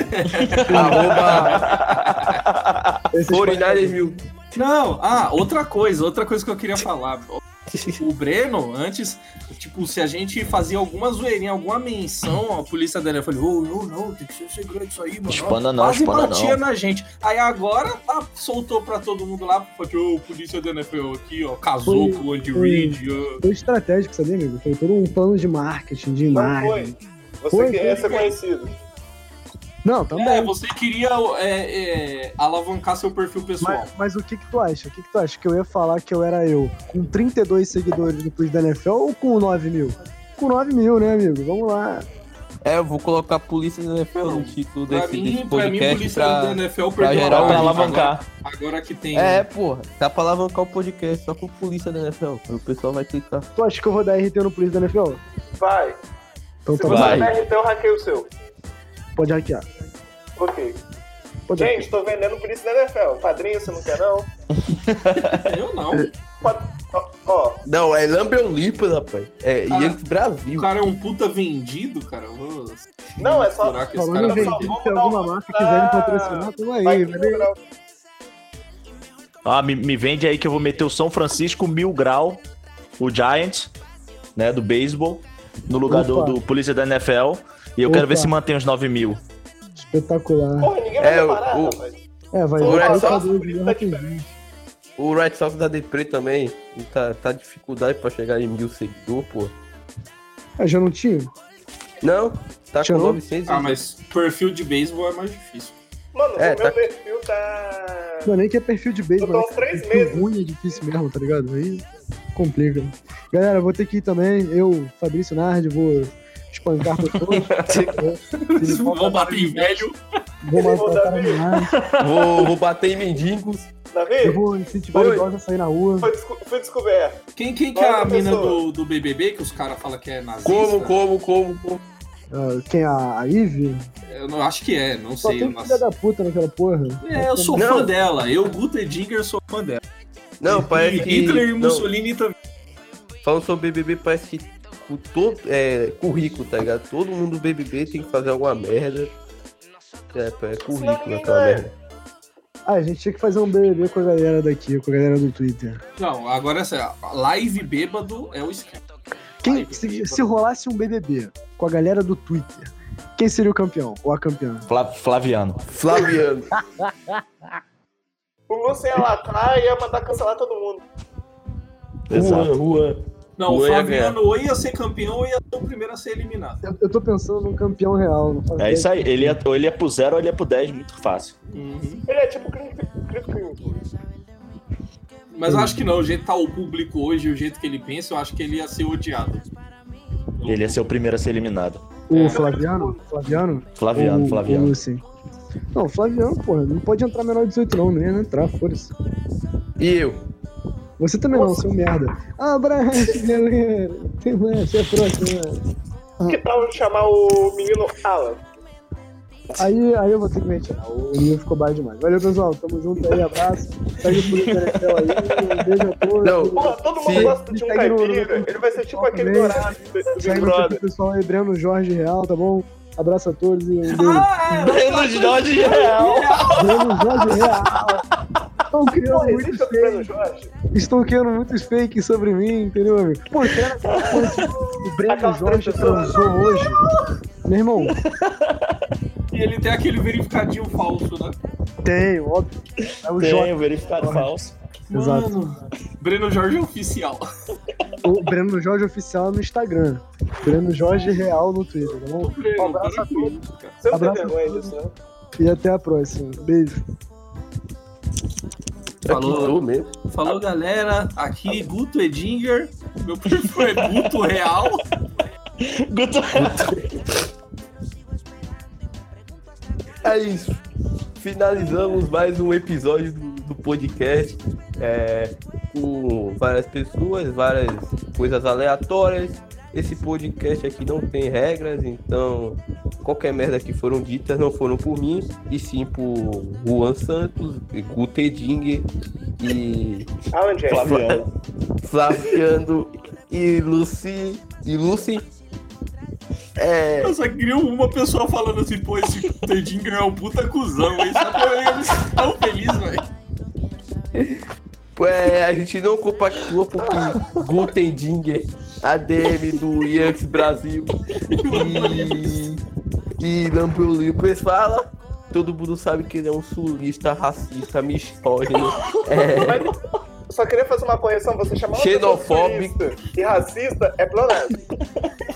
Arroba Esses 49 mil. Não, ah, outra coisa, outra coisa que eu queria falar. O Breno, antes, tipo, se a gente fazia alguma zoeirinha, alguma menção, a polícia dele falou, ô, não, não, tem que ser segredo isso aí, mano. Espana não, Quase espana batia não. na gente. Aí agora tá, soltou pra todo mundo lá, porque o polícia da NFL aqui, ó, casou Foi- com o Andy foi- Reid. ó. Foi estratégico, sabia, amigo? Foi todo um plano de marketing, de Não imagem. foi. Você é Foi, quer foi. ser conhecido. Não, também. É, você queria é, é, alavancar seu perfil pessoal. Mas, mas o que que tu acha? O que que tu acha? Que eu ia falar que eu era eu com 32 seguidores no Twitch da NFL ou com 9 mil? Com 9 mil, né, amigo? Vamos lá. É, eu vou colocar a polícia do NFL no título Pra desse, mim, desse pra mim, podcast polícia pra... da NFL pra perdeu a geral, Pra hora. um alavancar. Agora, agora que tem... um. É, porra, dá pra alavancar o podcast só com polícia da NFL. O pessoal vai clicar. Tu acha que eu vou dar RT no Twitch da NFL? Vai. Então Se tá você bom. Vai. der RT, eu hackei o seu. Pode hackear. Ok. Pode hackear. Gente, tô vendendo polícia da NFL. Padrinho, você não quer não? Eu não. Pode- Ó, ó, Não, é Lambeolipas, rapaz. É Ah. Yankees O Brasil. cara é um puta vendido, cara. Eu vou Não, é só- misturar com esse Falando em cara. vender. vendido, vamos se dar alguma uma- marca quiser me patrocinar, tamo aí, vai valeu. mil grau. Ah, me, me vende aí que eu vou meter o São Francisco Mil Grau, o Giants, né, do beisebol, no lugar do, Opa. do polícia da NFL. E eu quero Opa. ver se mantém os 9 mil. Espetacular. Porra, ninguém vai É, reparar, o- rapaz. É, vai. Ô, vai- é vai só- fazer um vídeo rapidinho. O Red Sox da Depre também. Tá, tá dificuldade pra chegar em mil seguidores, pô. Ah, já não tinha? Não, tá Tirou? com 900 Ah, mas perfil de beisebol é mais difícil. Mano, É, o meu tá- perfil tá... Não, nem que é perfil de beijo, Eu mas tô há três perfil meses. ruim é difícil mesmo, tá ligado? Aí complica. Galera, vou ter que ir também. Eu, Fabrício Nardi, vou espancar pessoas. Eles vão Vão bater em velho. vou matar a cara Davi. do Nardi. Vou, vou bater em mendigos. Eu Davi, vou incentivar Oi. o idosos a sair na rua. foi, desco- foi descoberto. Quem, quem que é a Olha, mina pessoa. do, do BBB que os caras falam que é nazista? Como, como, como, como. Ah, quem? A, a Ivy? Eu não, acho que é, não Só sei. tem mas- filha da puta naquela porra. É, eu sou Não. fã dela. Eu, Guto Edinger, sou fã dela. Não, parece E que. Hitler e não, Mussolini também. falando sobre BBB, parece que o todo, é, currículo, tá ligado? Todo mundo do BBB tem que fazer alguma merda. É, pô, é currículo aquela merda. Ah, a gente tinha que fazer um BBB com a galera daqui, com a galera do Twitter. Não, agora essa a live bêbado é o esquema. Quem, Live se, bêbado. se rolasse um BBB com a galera do Twitter, quem seria o campeão ou a campeã? Fla- Flaviano. Flaviano. O Lúcio ia latar e ia mandar cancelar todo mundo. Exato. Não, o Ou ia Flaviano ou ia ser campeão ou ia ser o primeiro a ser eliminado. Eu, eu tô pensando num campeão real. Não faço É isso ideia. aí. Ele é, ou ele é pro zero ou ele é pro 10, muito fácil. Uhum. Ele é tipo o Clint Mas eu acho que não, o jeito que tá o público hoje, o jeito que ele pensa, eu acho que ele ia ser odiado. Ele ia ser o primeiro a ser eliminado. O Flaviano? Flaviano? É. Flaviano, Ou- Flaviano. ou assim. Não, Flaviano, porra, não pode entrar menor de 18 não, não ia entrar, foda-se. E eu? Você também não, seu merda. Abraço, galera. Tem mais, é até a próxima. Ah. Que tal chamar o menino Alan? Aí, aí eu vou ter que me retirar, o nível ficou baixo demais. Valeu, pessoal, tamo junto aí, abraço. Segue o Twitter aí, um beijo a todos. Não. Porra, todo mundo Sim. gosta de um Segue no- caipira. no- Ele vai ser tipo no- aquele no- dourado do do Big Segue no Twitter, Brother. pessoal aí, Breno Jorge Real, tá bom? Abraço a todos e um beijo. Breno Jorge Real. Breno Jorge Real. Estão criando Porra, muitos existe outro Breno fakes. Jorge? Estão criando muitos fakes sobre mim, entendeu, amigo? Pô, será que o Breno Aquela Jorge treta toda. transou hoje? Meu irmão, E ele tem aquele verificadinho falso, né? tenho, óbvio. É o Jorge. Tem o verificado falso. Exato. Mano, Breno Jorge é oficial. O Breno Jorge oficial no Instagram. Breno Jorge Real no Twitter, tá bom? Breno, Um abraço a para com isso, cara. Você não tem Abraço. vergonha disso, né? E até a próxima. Beijo. Falou. Tá Aqui tô É mesmo. Falou, galera. Aqui, Guto Edinger. Meu perfil é Guto Real. Guto É isso. Finalizamos mais um episódio do, do podcast é, com várias pessoas, várias coisas aleatórias. Esse podcast aqui não tem regras, então qualquer merda que foram ditas não foram por mim, e sim por Juan Santos, Guto Edinger e Alan James. Flaviano, Flaviano e Lucy. E Lucy. É, Eu só queria uma pessoa falando assim, pô, esse Tedinho é um puta cuzão. Isso é tão feliz, velho. É, a gente não compartilhou porque Gutendinger, ADM do Yankees Brasil e, e Lambrulipes fala. Todo mundo sabe que ele é um sulista, racista, misógino, é, Mas Só queria fazer uma correção, você chamar uma Xenofóbico. pessoa sulista E racista é pleonasmo.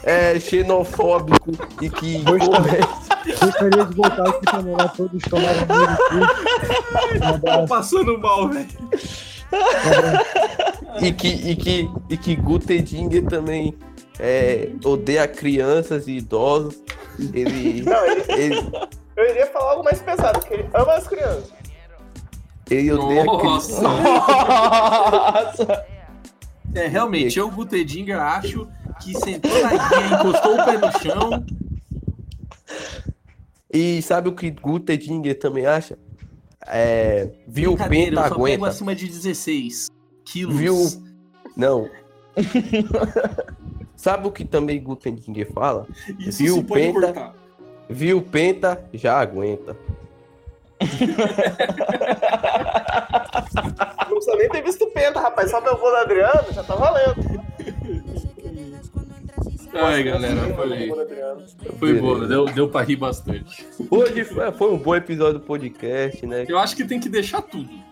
é xenofóbico e que comete Gostaria de voltar aqui pra morar todos tomaram no cu. Um Tô abraço. Tá passando mal, velho. e que e que e que Gutendinger também é, odeia crianças e idosos. Ele, Não, ele- ele, eu iria falar algo mais pesado, que ele ama as crianças. ele odeia crianças. Nossa. Nossa! É, realmente, eu, Gutedinger, acho que sentou na guia, encostou o pé no chão. E sabe o que Guter Dinger também acha? É, viu o Brincadeira, Penta eu só pego aguenta. acima de 16 quilos. Viu? Não. sabe o que também Guter Dinger fala? Isso Viu, se pode Penta? cortar. Viu o Penta, já aguenta. Não precisa nem ter visto penta, rapaz. Só meu avô do Adriano já tá valendo. Ai, galera, eu falei. Avô do Adriano. Foi né? boa, deu, deu pra rir bastante. Hoje foi foi um bom episódio do podcast, né? Eu acho que tem que deixar tudo.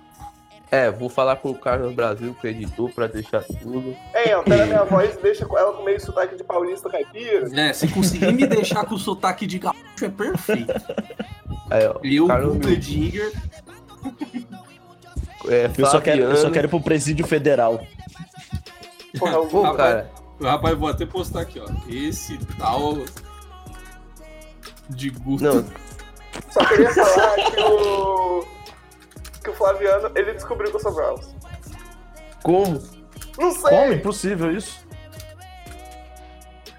É, vou falar com o Carlos Brasil, que é editor, pra deixar tudo. Ei, altera minha voz e deixa ela com meio sotaque de paulista caipira. É, se conseguir me deixar com o sotaque de gaúcho é perfeito. Aí, ó, Eu, Carlos Gutedinger, é, Eu só, quero, eu só Fabiano. quero ir pro presídio federal. Porra, eu Pô, vou. cara, rapaz, vou até postar aqui, ó. Esse tal de Guto. não, Só queria falar que o. Que o Flaviano, ele descobriu que eu sou Browns. como? Não Como? sei! Impossível isso.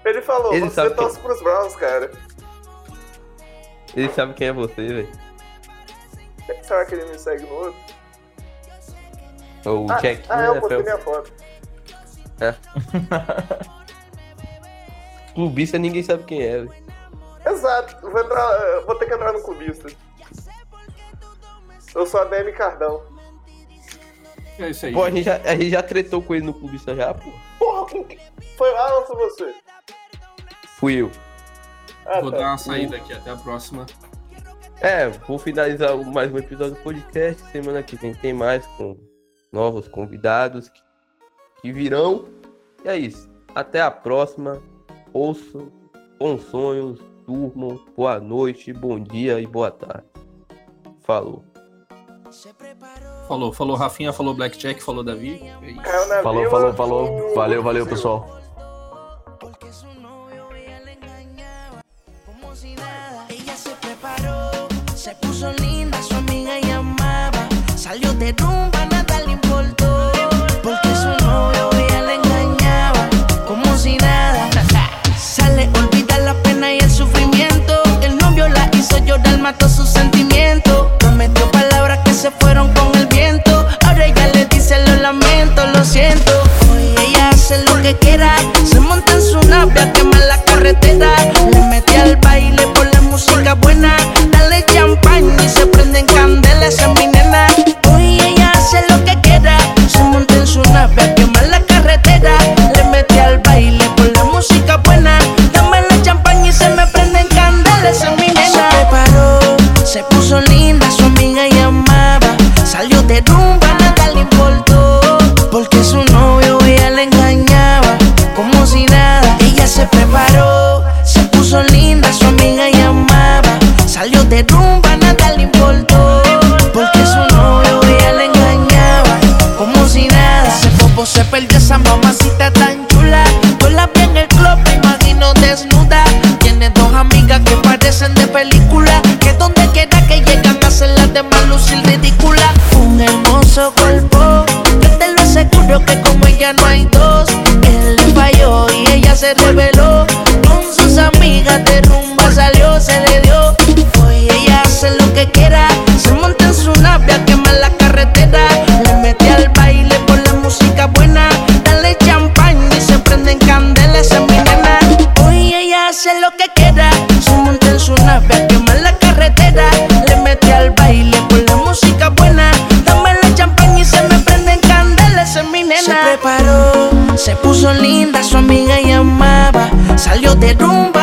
Ele falou, Ele você sabe torce pros Browns, cara. Ele sabe quem é você, velho. Será que ele me segue no outro? O é Ah, Jack. né? um ah, é eu postei NFL. minha foto. Clubista ninguém sabe quem é, velho. Exato, vou, entrar, eh, vou ter que entrar no clubista. Eu sou a DM Cardão. É isso aí. Pô, a gente, já, a gente já tretou com ele no clubista já, pô. Porra, com que- foi lá ou foi você? Fui eu. Ah, Vou tá. dar uma saída aqui, até a próxima. É, vou finalizar o- mais um episódio do podcast. Semana que vem tem mais com novos convidados que, que virão. E é isso. Até a próxima. Ouço, bons sonhos, durmam, boa noite, bom dia e boa tarde. Falou. Falou, falou Rafinha, falou Blackjack, falou Davi. É isso. Caiu na Falou, vila falou, do- falou. Valeu, valeu, do- pessoal. Porque su novio ella le engañaba como si nada. Ella se preparó, se puso linda, su amiga llamaba. Salió de rumba, nada le importó. Porque su novio ella le engañaba como si nada. Sale, olvida la pena y el sufrimiento. El novio la hizo llorar, mató sus sentimientos. Prometió palabras que se fueron con el viento. Ahora ella le dice lo lamento, lo siento. Hoy ella hace lo que quiera. Se monta en su nave a quemar la carretera. Le mete al baile por la música buena. Dale champaña y se prende en candela esa es mi nena. Hoy ella hace te va a lucir ridícula. Un hermoso cuerpo, yo te lo aseguro que como ella no hay dos. Él le falló y ella se reveló. Con sus amigas de rumba salió, se le dio. Hoy ella hace lo que quiera. Se monta en su nave a quemar la carretera. Le mete al baile con la música buena. Dale champaña y se prenden candelas en mi nena. Hoy ella hace lo que quiera. Se monta en su nave a quemar la carretera. Le mete al baile con la música buena. Dame la champaña y se me prenden candelas en mi nena. Se preparó, se puso linda, su amiga llamaba. Salió de rumba. Oh,